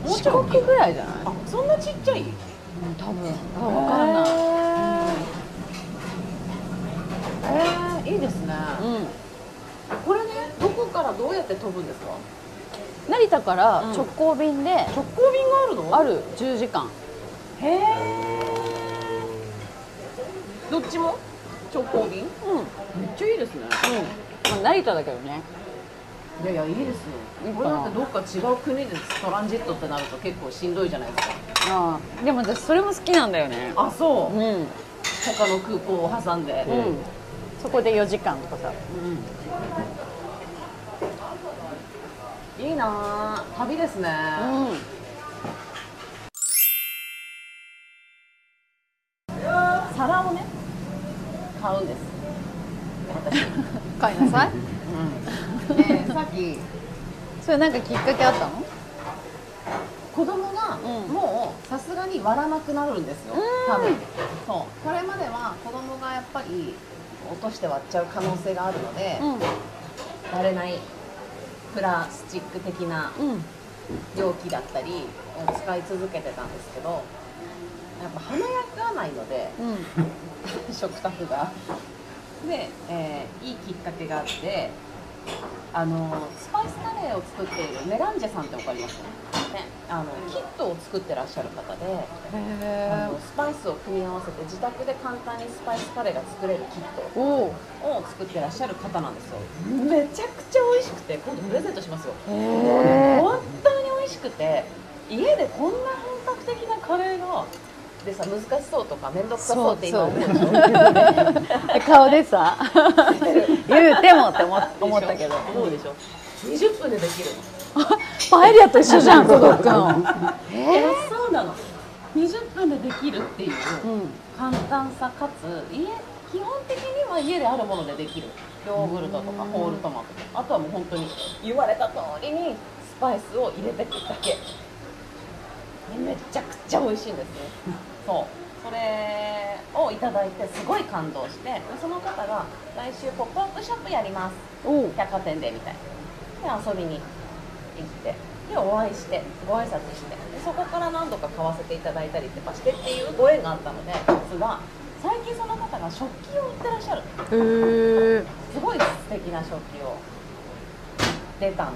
S1: うちょい
S3: 四国ぐらいじゃない
S1: あそんなちっちゃい
S3: うん多分分からない
S1: えー、いいですね、
S3: う
S1: これねどこからどうやって飛ぶんですか
S3: ん成田から直行便で
S1: 直行便があるの
S3: ある10時間
S1: へえどっちも直行便
S3: うん、うん
S1: めっちゃいいですね
S3: まあ、成田だけどね
S1: いやいやいいですよ
S3: いいかな
S1: これなんてどっか違う国でトランジットってなると結構しんどいじゃないですか
S3: ああでも私それも好きなんだよね
S1: あそううん他の空港を挟んで、
S3: うんそこで4時間とかさ
S1: いいなあ旅ですね、
S3: うん
S1: 皿をね買うんです
S3: 買いなさい
S1: *laughs* でさっき
S3: それなんかきっかけあったの
S1: 子供が
S3: うん
S1: もうさすがに割らなくなるんですよ、多分そうこれまでは子供がやっぱり落として割っちゃう可能性があるので、
S3: うん
S1: 割れないプラスチック的な
S3: うん
S1: 容器だったりを使い続けてたんですけどやっぱ華やがないので *laughs*
S3: うん
S1: 食卓がで、えーいいきっかけがあってあのスパイスカレーを作っているメランジェさんってわかりますねあのキットを作ってらっしゃる方で、あ
S3: へ
S1: のスパイスを組み合わせて自宅で簡単にスパイスカレーが作れるキット
S3: えおお
S1: を作ってらっしゃる方なんですよめちゃくちゃ美味しくて今度プレゼントしますよ本当に美味しくて家でこんな本格的なカレーがでさ難しそうとか面倒くさそうって今思うでしょ
S3: 顔で *laughs* さ言うてもって思っ思ったけど
S1: 思うでしょ20分でできるの
S3: パエリアと一緒じゃんコドッくん
S1: えそうなの20分でできるっていう簡単さかつ家基本的には家であるものでできるヨーグルトとかホールトマトとかあとはもう本当に言われた通りにスパイスを入れていくだけめちゃくちゃ美味しいんですね
S3: *laughs*
S1: そうそれをいただいてすごい感動してでその方が「来週ポップアップショップやります」
S3: おう
S1: 百貨店でみたいなで遊びに行ってでお会いしてご挨拶してでそこから何度か買わせていただいたりとかしてっていうご縁があったので実は最近その方が食器を売ってらっしゃる
S3: へえ
S1: すごい素敵な食器を出たの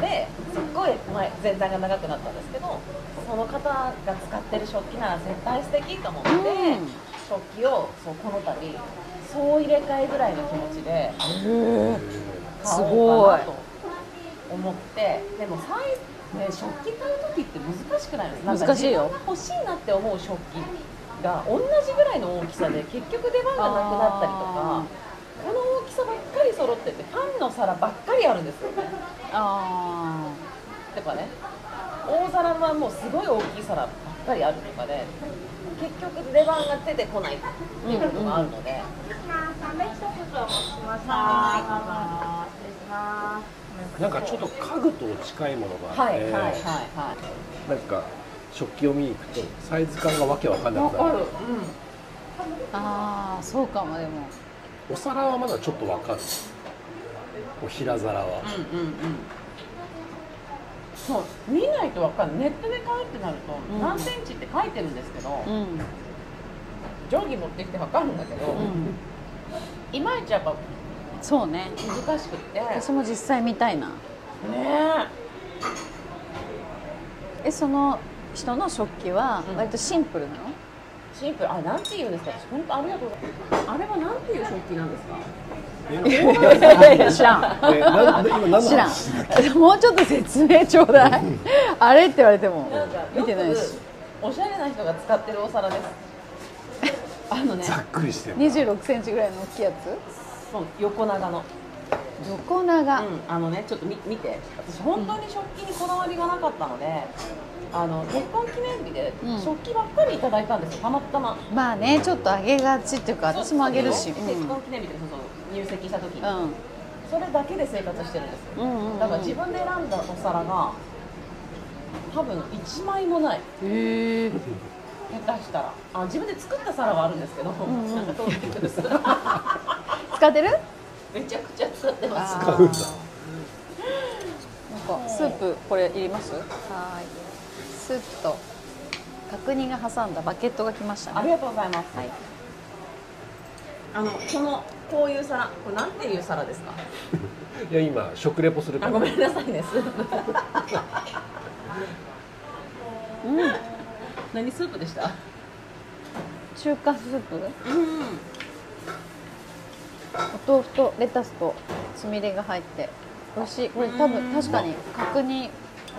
S1: ですっごい前前段が長くなったんですけどその方が使ってる食器なら絶対素敵と思って、
S3: うん
S1: 食器をそうこの度総入れ替えぐらいの気持ちで買おうかなと思ってでもさい、ね、食器買う時って難しくないです
S3: 難しいよ
S1: なんか自分が欲しいなって思う食器が同じぐらいの大きさで結局出番がなくなったりとか
S3: あ
S1: この大きさばっかり揃っててパンの皿ばっかりあるんですよね
S3: あ
S1: とかね大皿はもうすごい大きい皿ばっかりあるとかで結局出番が出てこないっていうことがあるので、
S6: 三名一つお持ちしました。はい、失礼します。
S4: なんかちょっと家具と近いものがあっ
S1: はい
S4: て、
S1: はいはいはい
S4: なんか食器を見に行くとサイズ感がわけわかんな
S1: わ
S4: く
S1: か
S4: なる
S1: る、うん、
S3: ーあーそうかもでも
S4: お皿はまだちょっとわかるお平皿は、
S1: うんうんうんそう見ないとわかんないネットで買うってなると、
S3: ん
S1: 何センチって書いてるんですけど、
S3: うん
S1: 定規持ってきてわかるんだけど、
S3: うん
S1: いまいちやっぱ
S3: そうね
S1: 難しくってね
S3: 私も実際見たいな
S1: え
S3: えその人の食器は
S1: うん
S3: 割とシンプルなの、
S1: シンプルあなんて言うんですか私本当ありがとうございますあれはなんていう食器なんですか
S3: いやい *laughs* や知らん
S4: えなんで今何の
S3: 知らん
S4: 話
S3: もうちょっと説明ちょうだいあれって言われても
S1: なんかよく
S3: 見てないし
S1: おしゃれな人が使ってるお皿ですあのね
S4: ざっくりしてる
S3: 2 6ンチぐらいの大きいやつ
S1: そう横長の
S3: 横長、
S1: うん、あのねちょっとみ見て私本当に食器にこだわりがなかったので、あの結婚記念日で
S3: うん
S1: 食器ばっかりいただいたんですよたまたま
S3: まあねちょっと上げがちっていうか私も上げるし
S1: そうう結婚記念日でそうそう入籍した時に、
S3: んうん
S1: それだけで生活してるんですよ、
S3: うんうん
S1: だから自分で選んだお皿が多分1枚もない
S3: へえ
S1: 下手したらあ自分で作った皿はあるんですけど、なんか通ってくる皿 *laughs*
S3: 使ってる
S1: めちゃくちゃ使ってます
S4: 買う
S3: なん
S4: んだ
S3: かスープこれいりますはいスープと角煮が挟んだバケットが来ました
S1: あ
S3: ね
S1: りがとうございます。
S3: はい
S1: あの、この、こういう皿、これなんていう皿ですか。
S4: いや今食レポするか
S1: あ、
S4: ら
S1: ごめんなさいね、スープ。何スープでした。
S3: 中華スープ
S1: うん、
S3: お豆腐とレタスとつみれが入って美味しいこれ多分確かに角煮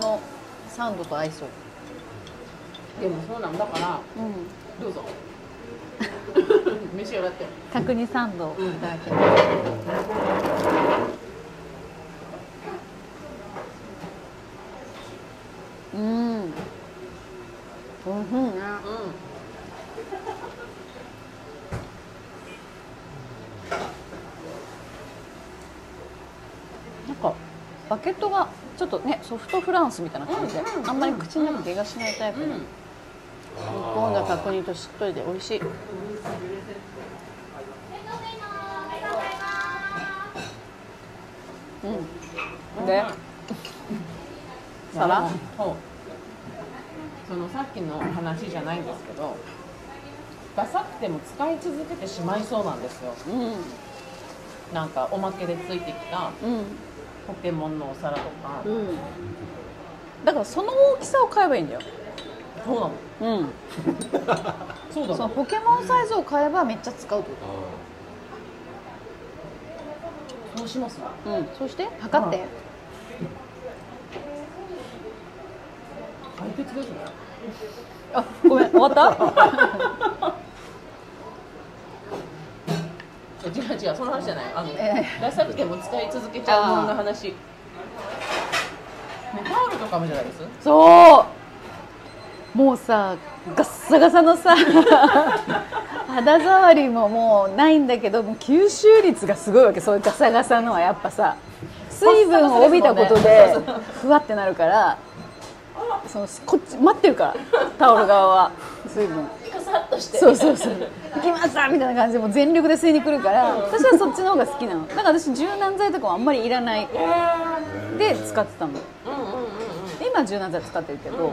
S3: のサンドと合いそう
S1: でも、そうなんだから、
S3: うん
S1: どうぞ。 *laughs* 召し上がって。
S3: 角煮サンドをいただきます、うん、うん、おいしいね
S1: う
S3: なんかバケットがちょっとねソフトフランスみたいな感じで、あんまり口の中で怪我しないタイプの、向こうの角煮としっとりで美味しいうんで皿
S1: そうそのさっきの話じゃないんですけどダサくても使い続けてしまいそうなんですよ
S3: うんうん
S1: なんかおまけでついてきたポケモンのお皿とか、
S3: うんだからその大きさを買えばいいんだよ
S1: そうなの
S3: うん
S1: そうだ
S3: その
S1: の
S3: ポケモンサイズを買えばめっちゃ使うってこ
S1: そうしますわ
S3: とうんそして測って
S1: 解決ですね
S3: あごめん終わった *laughs*
S1: 違う違うその話じゃないあの、
S3: え
S1: ダサくても使い続けちゃうものの話ねタオルとかもじゃないです
S3: そうもうさガッサガサのさ肌触りももうないんだけどもう吸収率がすごいわけそういうガサガサのはやっぱさ水分を帯びたことでふわってなるからそのこっち待ってるからタオル側は水分
S1: カサッとして
S3: そうそうそう行きますみたいな感じでもう全力で吸いに来るから私はそっちの方が好きなのだから私柔軟剤とかもあんまりいらないで使ってたの
S1: うんうんうんうん
S3: 今柔軟剤使ってるけど、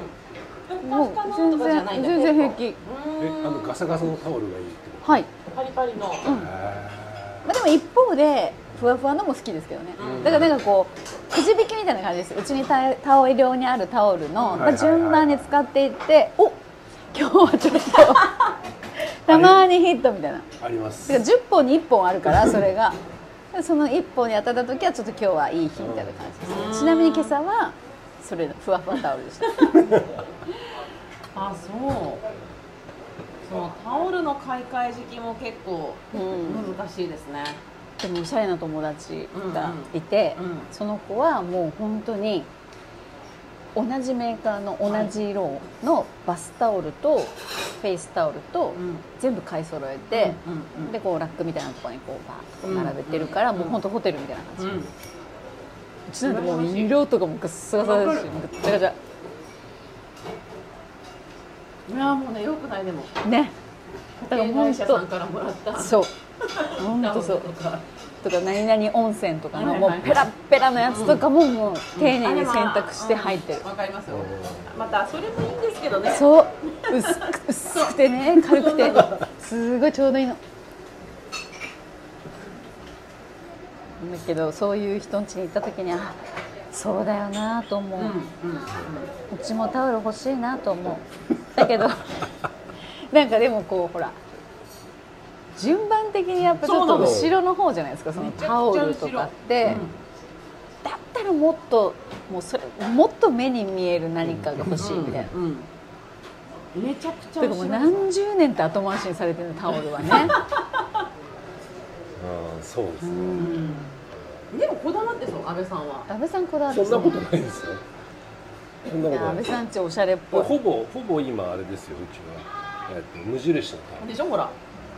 S1: も
S3: もう
S1: う全
S3: 全
S1: 然とかじゃ
S3: 然
S1: ないんだ
S3: 全然平気
S4: えあのガサガサのタオルがいいってこ
S3: はい、
S1: パリパリの、
S4: とへ
S3: まあ、でも一方でふわふわのも好きですけどね、だからなんかこうくじ引きみたいな感じですうちにタタオル量にあるタオルの、
S4: い
S3: まあ、順番に使っていってお今日はちょっ
S4: *laughs*
S3: とたまにヒットみたいな
S4: ーあります
S3: だから10本に1本あるからそれがその1本に当たった時はちょっと今日はいい日みたいな感じです、ちなみに今朝はそれのふわふわタオルでした
S1: あそうそのタオルの買い替え時期も結構
S3: ん
S1: 難しいですね、
S3: でもおしゃれな友達がいて、
S1: うんうんうん
S3: その子はもう本当に同じメーカーの同じ色のバスタオルとフェイスタオルと
S1: ん
S3: 全部買い揃えて、
S1: うんうん
S3: でこうラックみたいなところにこうバーッとこう並べてるから、もう本当ホテルみたいな感じ、
S1: うん
S3: うちなんてもう色とかもガッサガサだしガチャガチャ
S1: いやもうねよくないでも
S3: ねだから
S1: 保険
S3: 本
S1: 会社さん
S3: 当
S1: からもらった
S3: そう本
S1: タオ
S3: 当
S1: ル
S3: そう
S1: とか
S3: とか何々温泉とかの
S1: はい
S3: も
S1: はいう
S3: ペラッペラのやつとかももう丁寧に洗濯して入ってる
S1: わかりますよまたそれもいいんですけどね
S3: そう薄く薄くてね軽くてすごいちょうどいいのだけどそういう人ん家に行った時にあそうだよなと思う、
S1: う
S3: うん
S1: うん
S3: ちもタオル欲しいなと思うだけど *laughs* なんかでもこうほら順番的にやっぱちょっと後ろの方じゃないですかそのタオルとかって、だったらもっともうそれもっと目に見える何かが欲しいみたいな、
S1: うんうんめちゃくちゃ
S3: てかもう
S1: 後ろに
S3: 何十年って後回しにされてるのタオルはね
S4: うんそうですね
S1: でもこだわってそう安倍さんは
S3: *laughs* 安倍さんこだわっ
S4: そ
S3: て
S4: んなことないですよそん
S3: そう
S4: なこ
S3: いや安
S4: とな
S3: 倍
S4: い
S3: さんちおしゃれっぽい
S4: ほぼほぼ今あれですようちは、えっと、無印のタオル
S1: でしょほら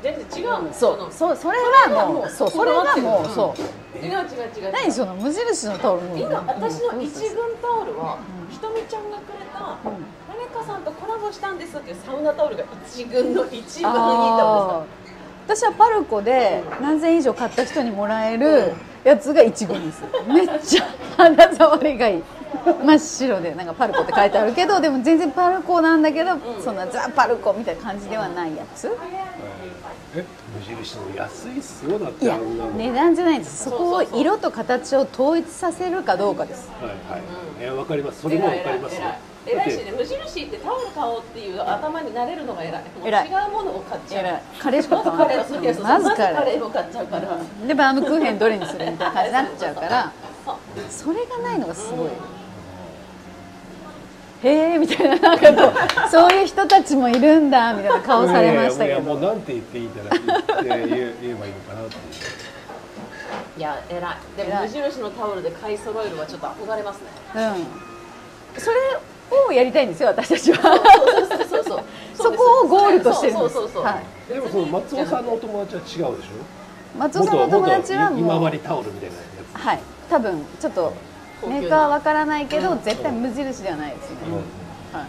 S1: 全然違うもん
S3: そう
S1: そ
S3: そうそれはもうそうそれはもうそう
S1: の違う違う違う
S3: 何その無印のタオルも
S1: 今私の一軍タオルは、ひとみちゃんがくれた、誰かさんとコラボしたんですっていうサウナタオルが一軍の一番いいタオル
S3: あー私はパルコで何千以上買った人にもらえるやつが一軍ですめっちゃ肌触り *laughs* がいい真っ白でなんかパルコって書いてあるけどでも全然パルコなんだけど、そんなザ・パルコみたいな感じではないやつ、
S4: え無印の安いっすよだっ
S3: い
S4: て
S3: や
S4: あんなの、
S3: 値段じゃないですそこを色と形を統一させるかどうかです
S4: はいはいいやわかりますそ
S1: です
S4: れもわ
S1: 偉い
S4: かります
S1: 偉い偉
S4: だっ
S1: いしね
S4: て
S1: 無印ってタオル買おうっていう頭になれるのが偉いもう
S3: 偉い
S1: 違うものを買っちゃう
S3: 偉いカレーしか
S1: まず
S3: 買
S1: カ
S3: わない
S1: レーをそうそうそうま
S3: まず
S1: ず
S3: カ
S1: カ
S3: レー
S1: レーを買っちゃうから、
S3: でバームクーヘンどれにするみたいな感じになっちゃうからそれがないのがすごいへえみたいななんかこうそういう人たちもいるんだみたいな顔されました
S4: いや
S3: け
S4: いやもう
S3: ど
S4: なんて言っていいんだろうって言って言え言えばいいのかなっていう
S1: いや偉いでも
S3: 偉い
S1: 無印のタオルで買い揃えるはちょっと憧れますね
S3: うんそれをやりたいんですよ私たちは
S1: そうそうそうそう
S3: そこをゴールとしてるんです
S1: そうそうそうそう、
S3: はい
S4: でもその松尾さんのお友達は違うでしょ
S3: 松尾さんの友達は
S4: 元元
S3: もう
S4: 今治タオルみたいなや
S3: はい多分ちょっと
S1: 高級
S3: メ
S1: な
S3: ーカーはわからないけど絶対無印ではないですね、は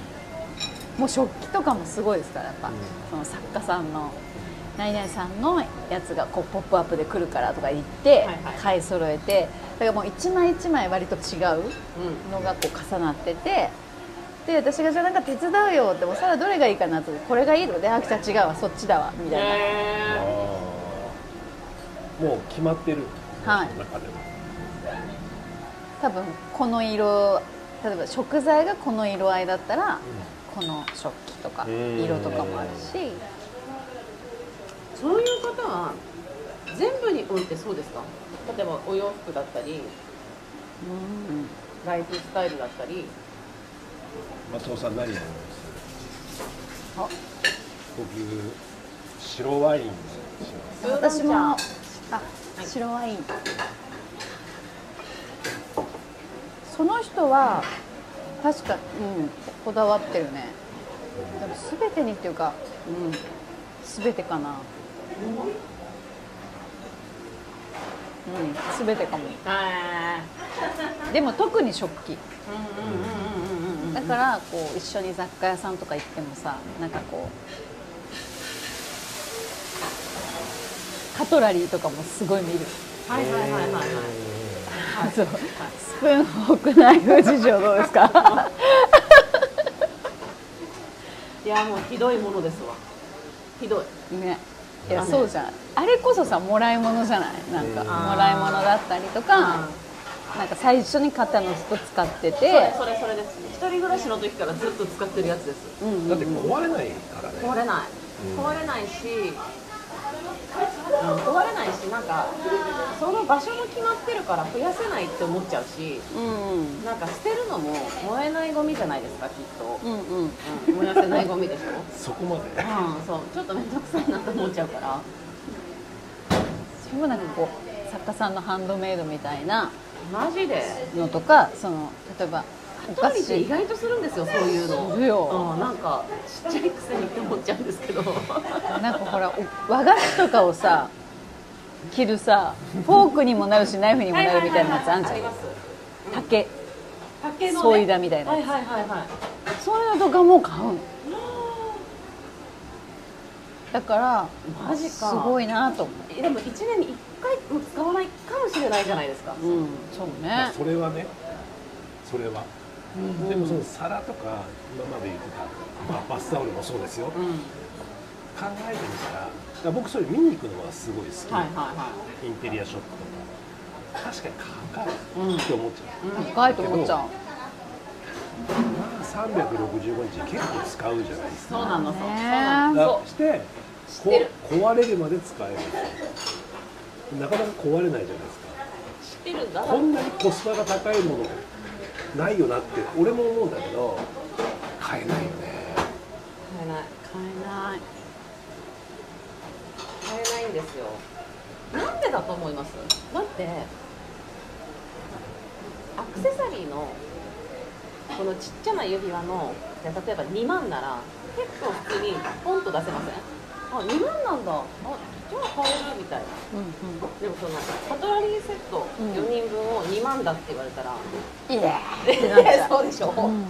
S3: い、もう食器とかもすごいですからやっぱ、その作家さんのナイナイさんのやつがこう「ポップアップで来るからとか言って
S1: はいはい
S3: 買い揃えてだからもう一枚一枚割と違う
S1: う
S3: のがこう重なっててで私がじゃあなんか手伝うよってもうさらどれがいいかなとこれがいいとかであきちゃん違うわそっちだわみたいな、
S4: あ
S1: へ
S4: ーもう決まってる、
S3: はい
S4: 中でも
S3: 多分この色例えば食材がこの色合いだったら、この食器とか
S4: うん
S3: 色とかもあるし
S1: ーそういう方は全部においてそうですか例えばお洋服だったりライフスタイルだったり
S4: 松尾さん何飲みます僕白ワインにします
S3: 私もあ白ワインその人は確か、うん、こだわってるねでも全てにっていうか、うん、全てかなうん全てかも
S1: あ
S3: でも特に食器
S1: あうんうんうんうんうんうん
S3: だからこう一緒に雑貨屋さんとか行ってもさなんかこうカトラリーとかもすごい見る
S1: はいはいはいはいはい
S3: そうスプーンフォークナイフ事情どうで
S1: *laughs*
S3: すか
S1: いやもうひどいものですわひどい
S3: ねいやそうじゃんあれこそさもらい物じゃないなんかもらい物だったりとかなんか最初に肩の人使ってて
S1: それそれです一人暮らしの時からずっと使ってるやつです
S4: だって壊れないからね
S1: 壊れない壊れないし、うん壊れないしなんかその場所も決まってるから増やせないって思っちゃうし、なんか捨てるのも燃えないゴミじゃないですかきっと、
S3: うんうん
S1: うん燃やせないゴ
S3: *laughs*
S1: ミでしょ
S4: そこまで
S1: うんそうちょっと面倒くさいなと思っちゃうから
S3: それもなんかこう作家さんのハンドメイドみたいな
S1: マジで
S3: のとかその例えばお
S1: ト
S3: 菓
S1: イレって意
S3: 子
S1: 外とするんですよそういうの
S3: するよ
S1: うん、なんかちっちゃいくせにって思っちゃうんですけど
S3: *laughs* なんかほらお和菓子とかをさ切るさフォークにもなるしナイフにもなるみたいなやつあんじゃん
S1: す
S3: 竹
S1: 竹の、ね、
S3: ソイダみたいな
S1: はい
S3: や
S1: はいはいはい
S3: つそういうのとかも買うのだから
S1: マジか
S3: すごいなと思
S1: えでも1年に1回も使わないかもしれないじゃないですか、
S3: う、うん、そう
S4: ま
S3: ね
S4: あそれはねそれは、でもその皿とか今まで言ってた、まあ、バスタオルもそうですよ、考えてみたらだから僕それ見に行くのはすごい好き、
S1: はいはいは
S4: インテリアショップとか確かに高いって思っちゃう、
S3: 高いと思っちゃう
S4: まあ365日結構使うじゃないです
S1: い
S4: か
S1: そうなのそう,、
S3: ね
S4: だしてこ壊れるまで使えるんですよなかなか壊れないじゃないですか
S1: 知ってるんだ
S4: こんなにコスパが高いものないよなって俺も思うんだけど買えないよね
S1: 買えない
S3: 買えない
S1: 買えないんですよなんでだと思いますだってアクセサリーのこのちっちゃな指輪のじゃあ例えば2万なら結構普通にポンと出せませんあ2万なんだあじゃあ買えるみたいな
S3: うん
S1: でもそのカトラリーセット4人分を2万だって言われたら、
S3: うんいや *laughs* ってなっち
S1: え
S3: ゃう
S1: そうでしょ、
S3: うん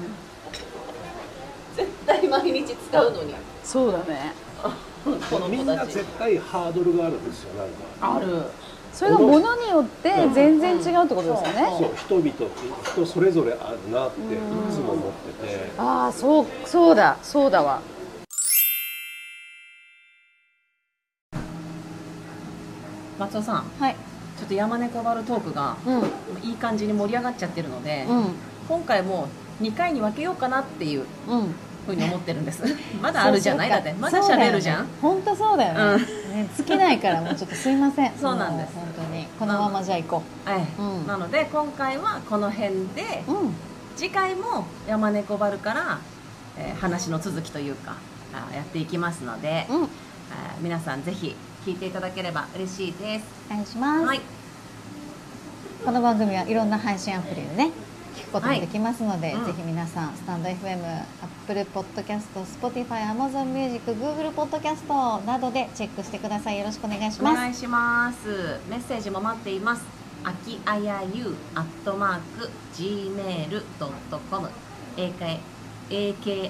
S1: 絶対毎日使うのに
S3: そうだね
S1: この
S4: み
S1: 子
S4: ん
S1: た
S4: な
S1: ち
S4: 絶対ハードルがあるんですよなんか
S1: ある
S3: それがものによって全然違うってことですよね、
S4: そう人々って人それぞれあるなっていつも思ってて
S3: ああそうそうだそうだわ
S1: 松尾さん
S3: はい
S1: ちょっと山猫バルトークが
S3: うんうん
S1: いい感じに盛り上がっちゃってるので、
S3: う
S1: 今回もう2回に分けようかなっていうんふうに思ってるんです
S3: *laughs*
S1: まだあるじゃないだってまだ喋るじゃん、
S3: 本当そうだよね,、ね尽きないからもうちょっとすいません
S1: *laughs* そうなんです
S3: もう本当にこのままじゃあ行こ
S1: はい、
S3: うん
S1: なので今回はこの辺で
S3: ううん
S1: 次回も山猫バルから、えー話の続きというかあーやっていきますので、
S3: うん
S1: あー皆さんぜひ聞いていただければ嬉しいです、
S3: お願いします、
S1: はい
S3: この番組はいろんな配信アプリでね聞くこともできますので、
S1: はいうん
S3: ぜひ皆さんスタンド FM、Apple Podcast、Spotify、Amazon Music、Google Podcast などでチェックしてくださいよろしくお願いし
S1: お
S3: ます
S1: 願いしますメッセージも待っていますあきあやゆアットマーク gmail.com AKIAYAYOU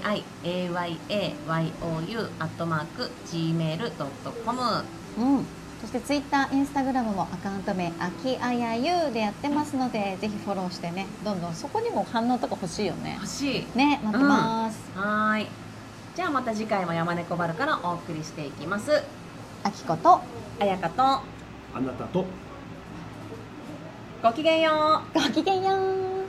S1: アットマーク gmail.com
S8: うん、そしてツイッター、インスタグラムもアカウント名あきあやゆうでやってますのでぜひフォローしてねどんどんそこにも反応とか欲しいよね
S1: 欲しい
S8: ね待ってます、
S1: はーいじゃあまた次回も山猫バルからお送りしていきます
S8: あきこと
S1: あやかと
S4: あなたと
S1: ごきげんよう
S8: ごきげんよう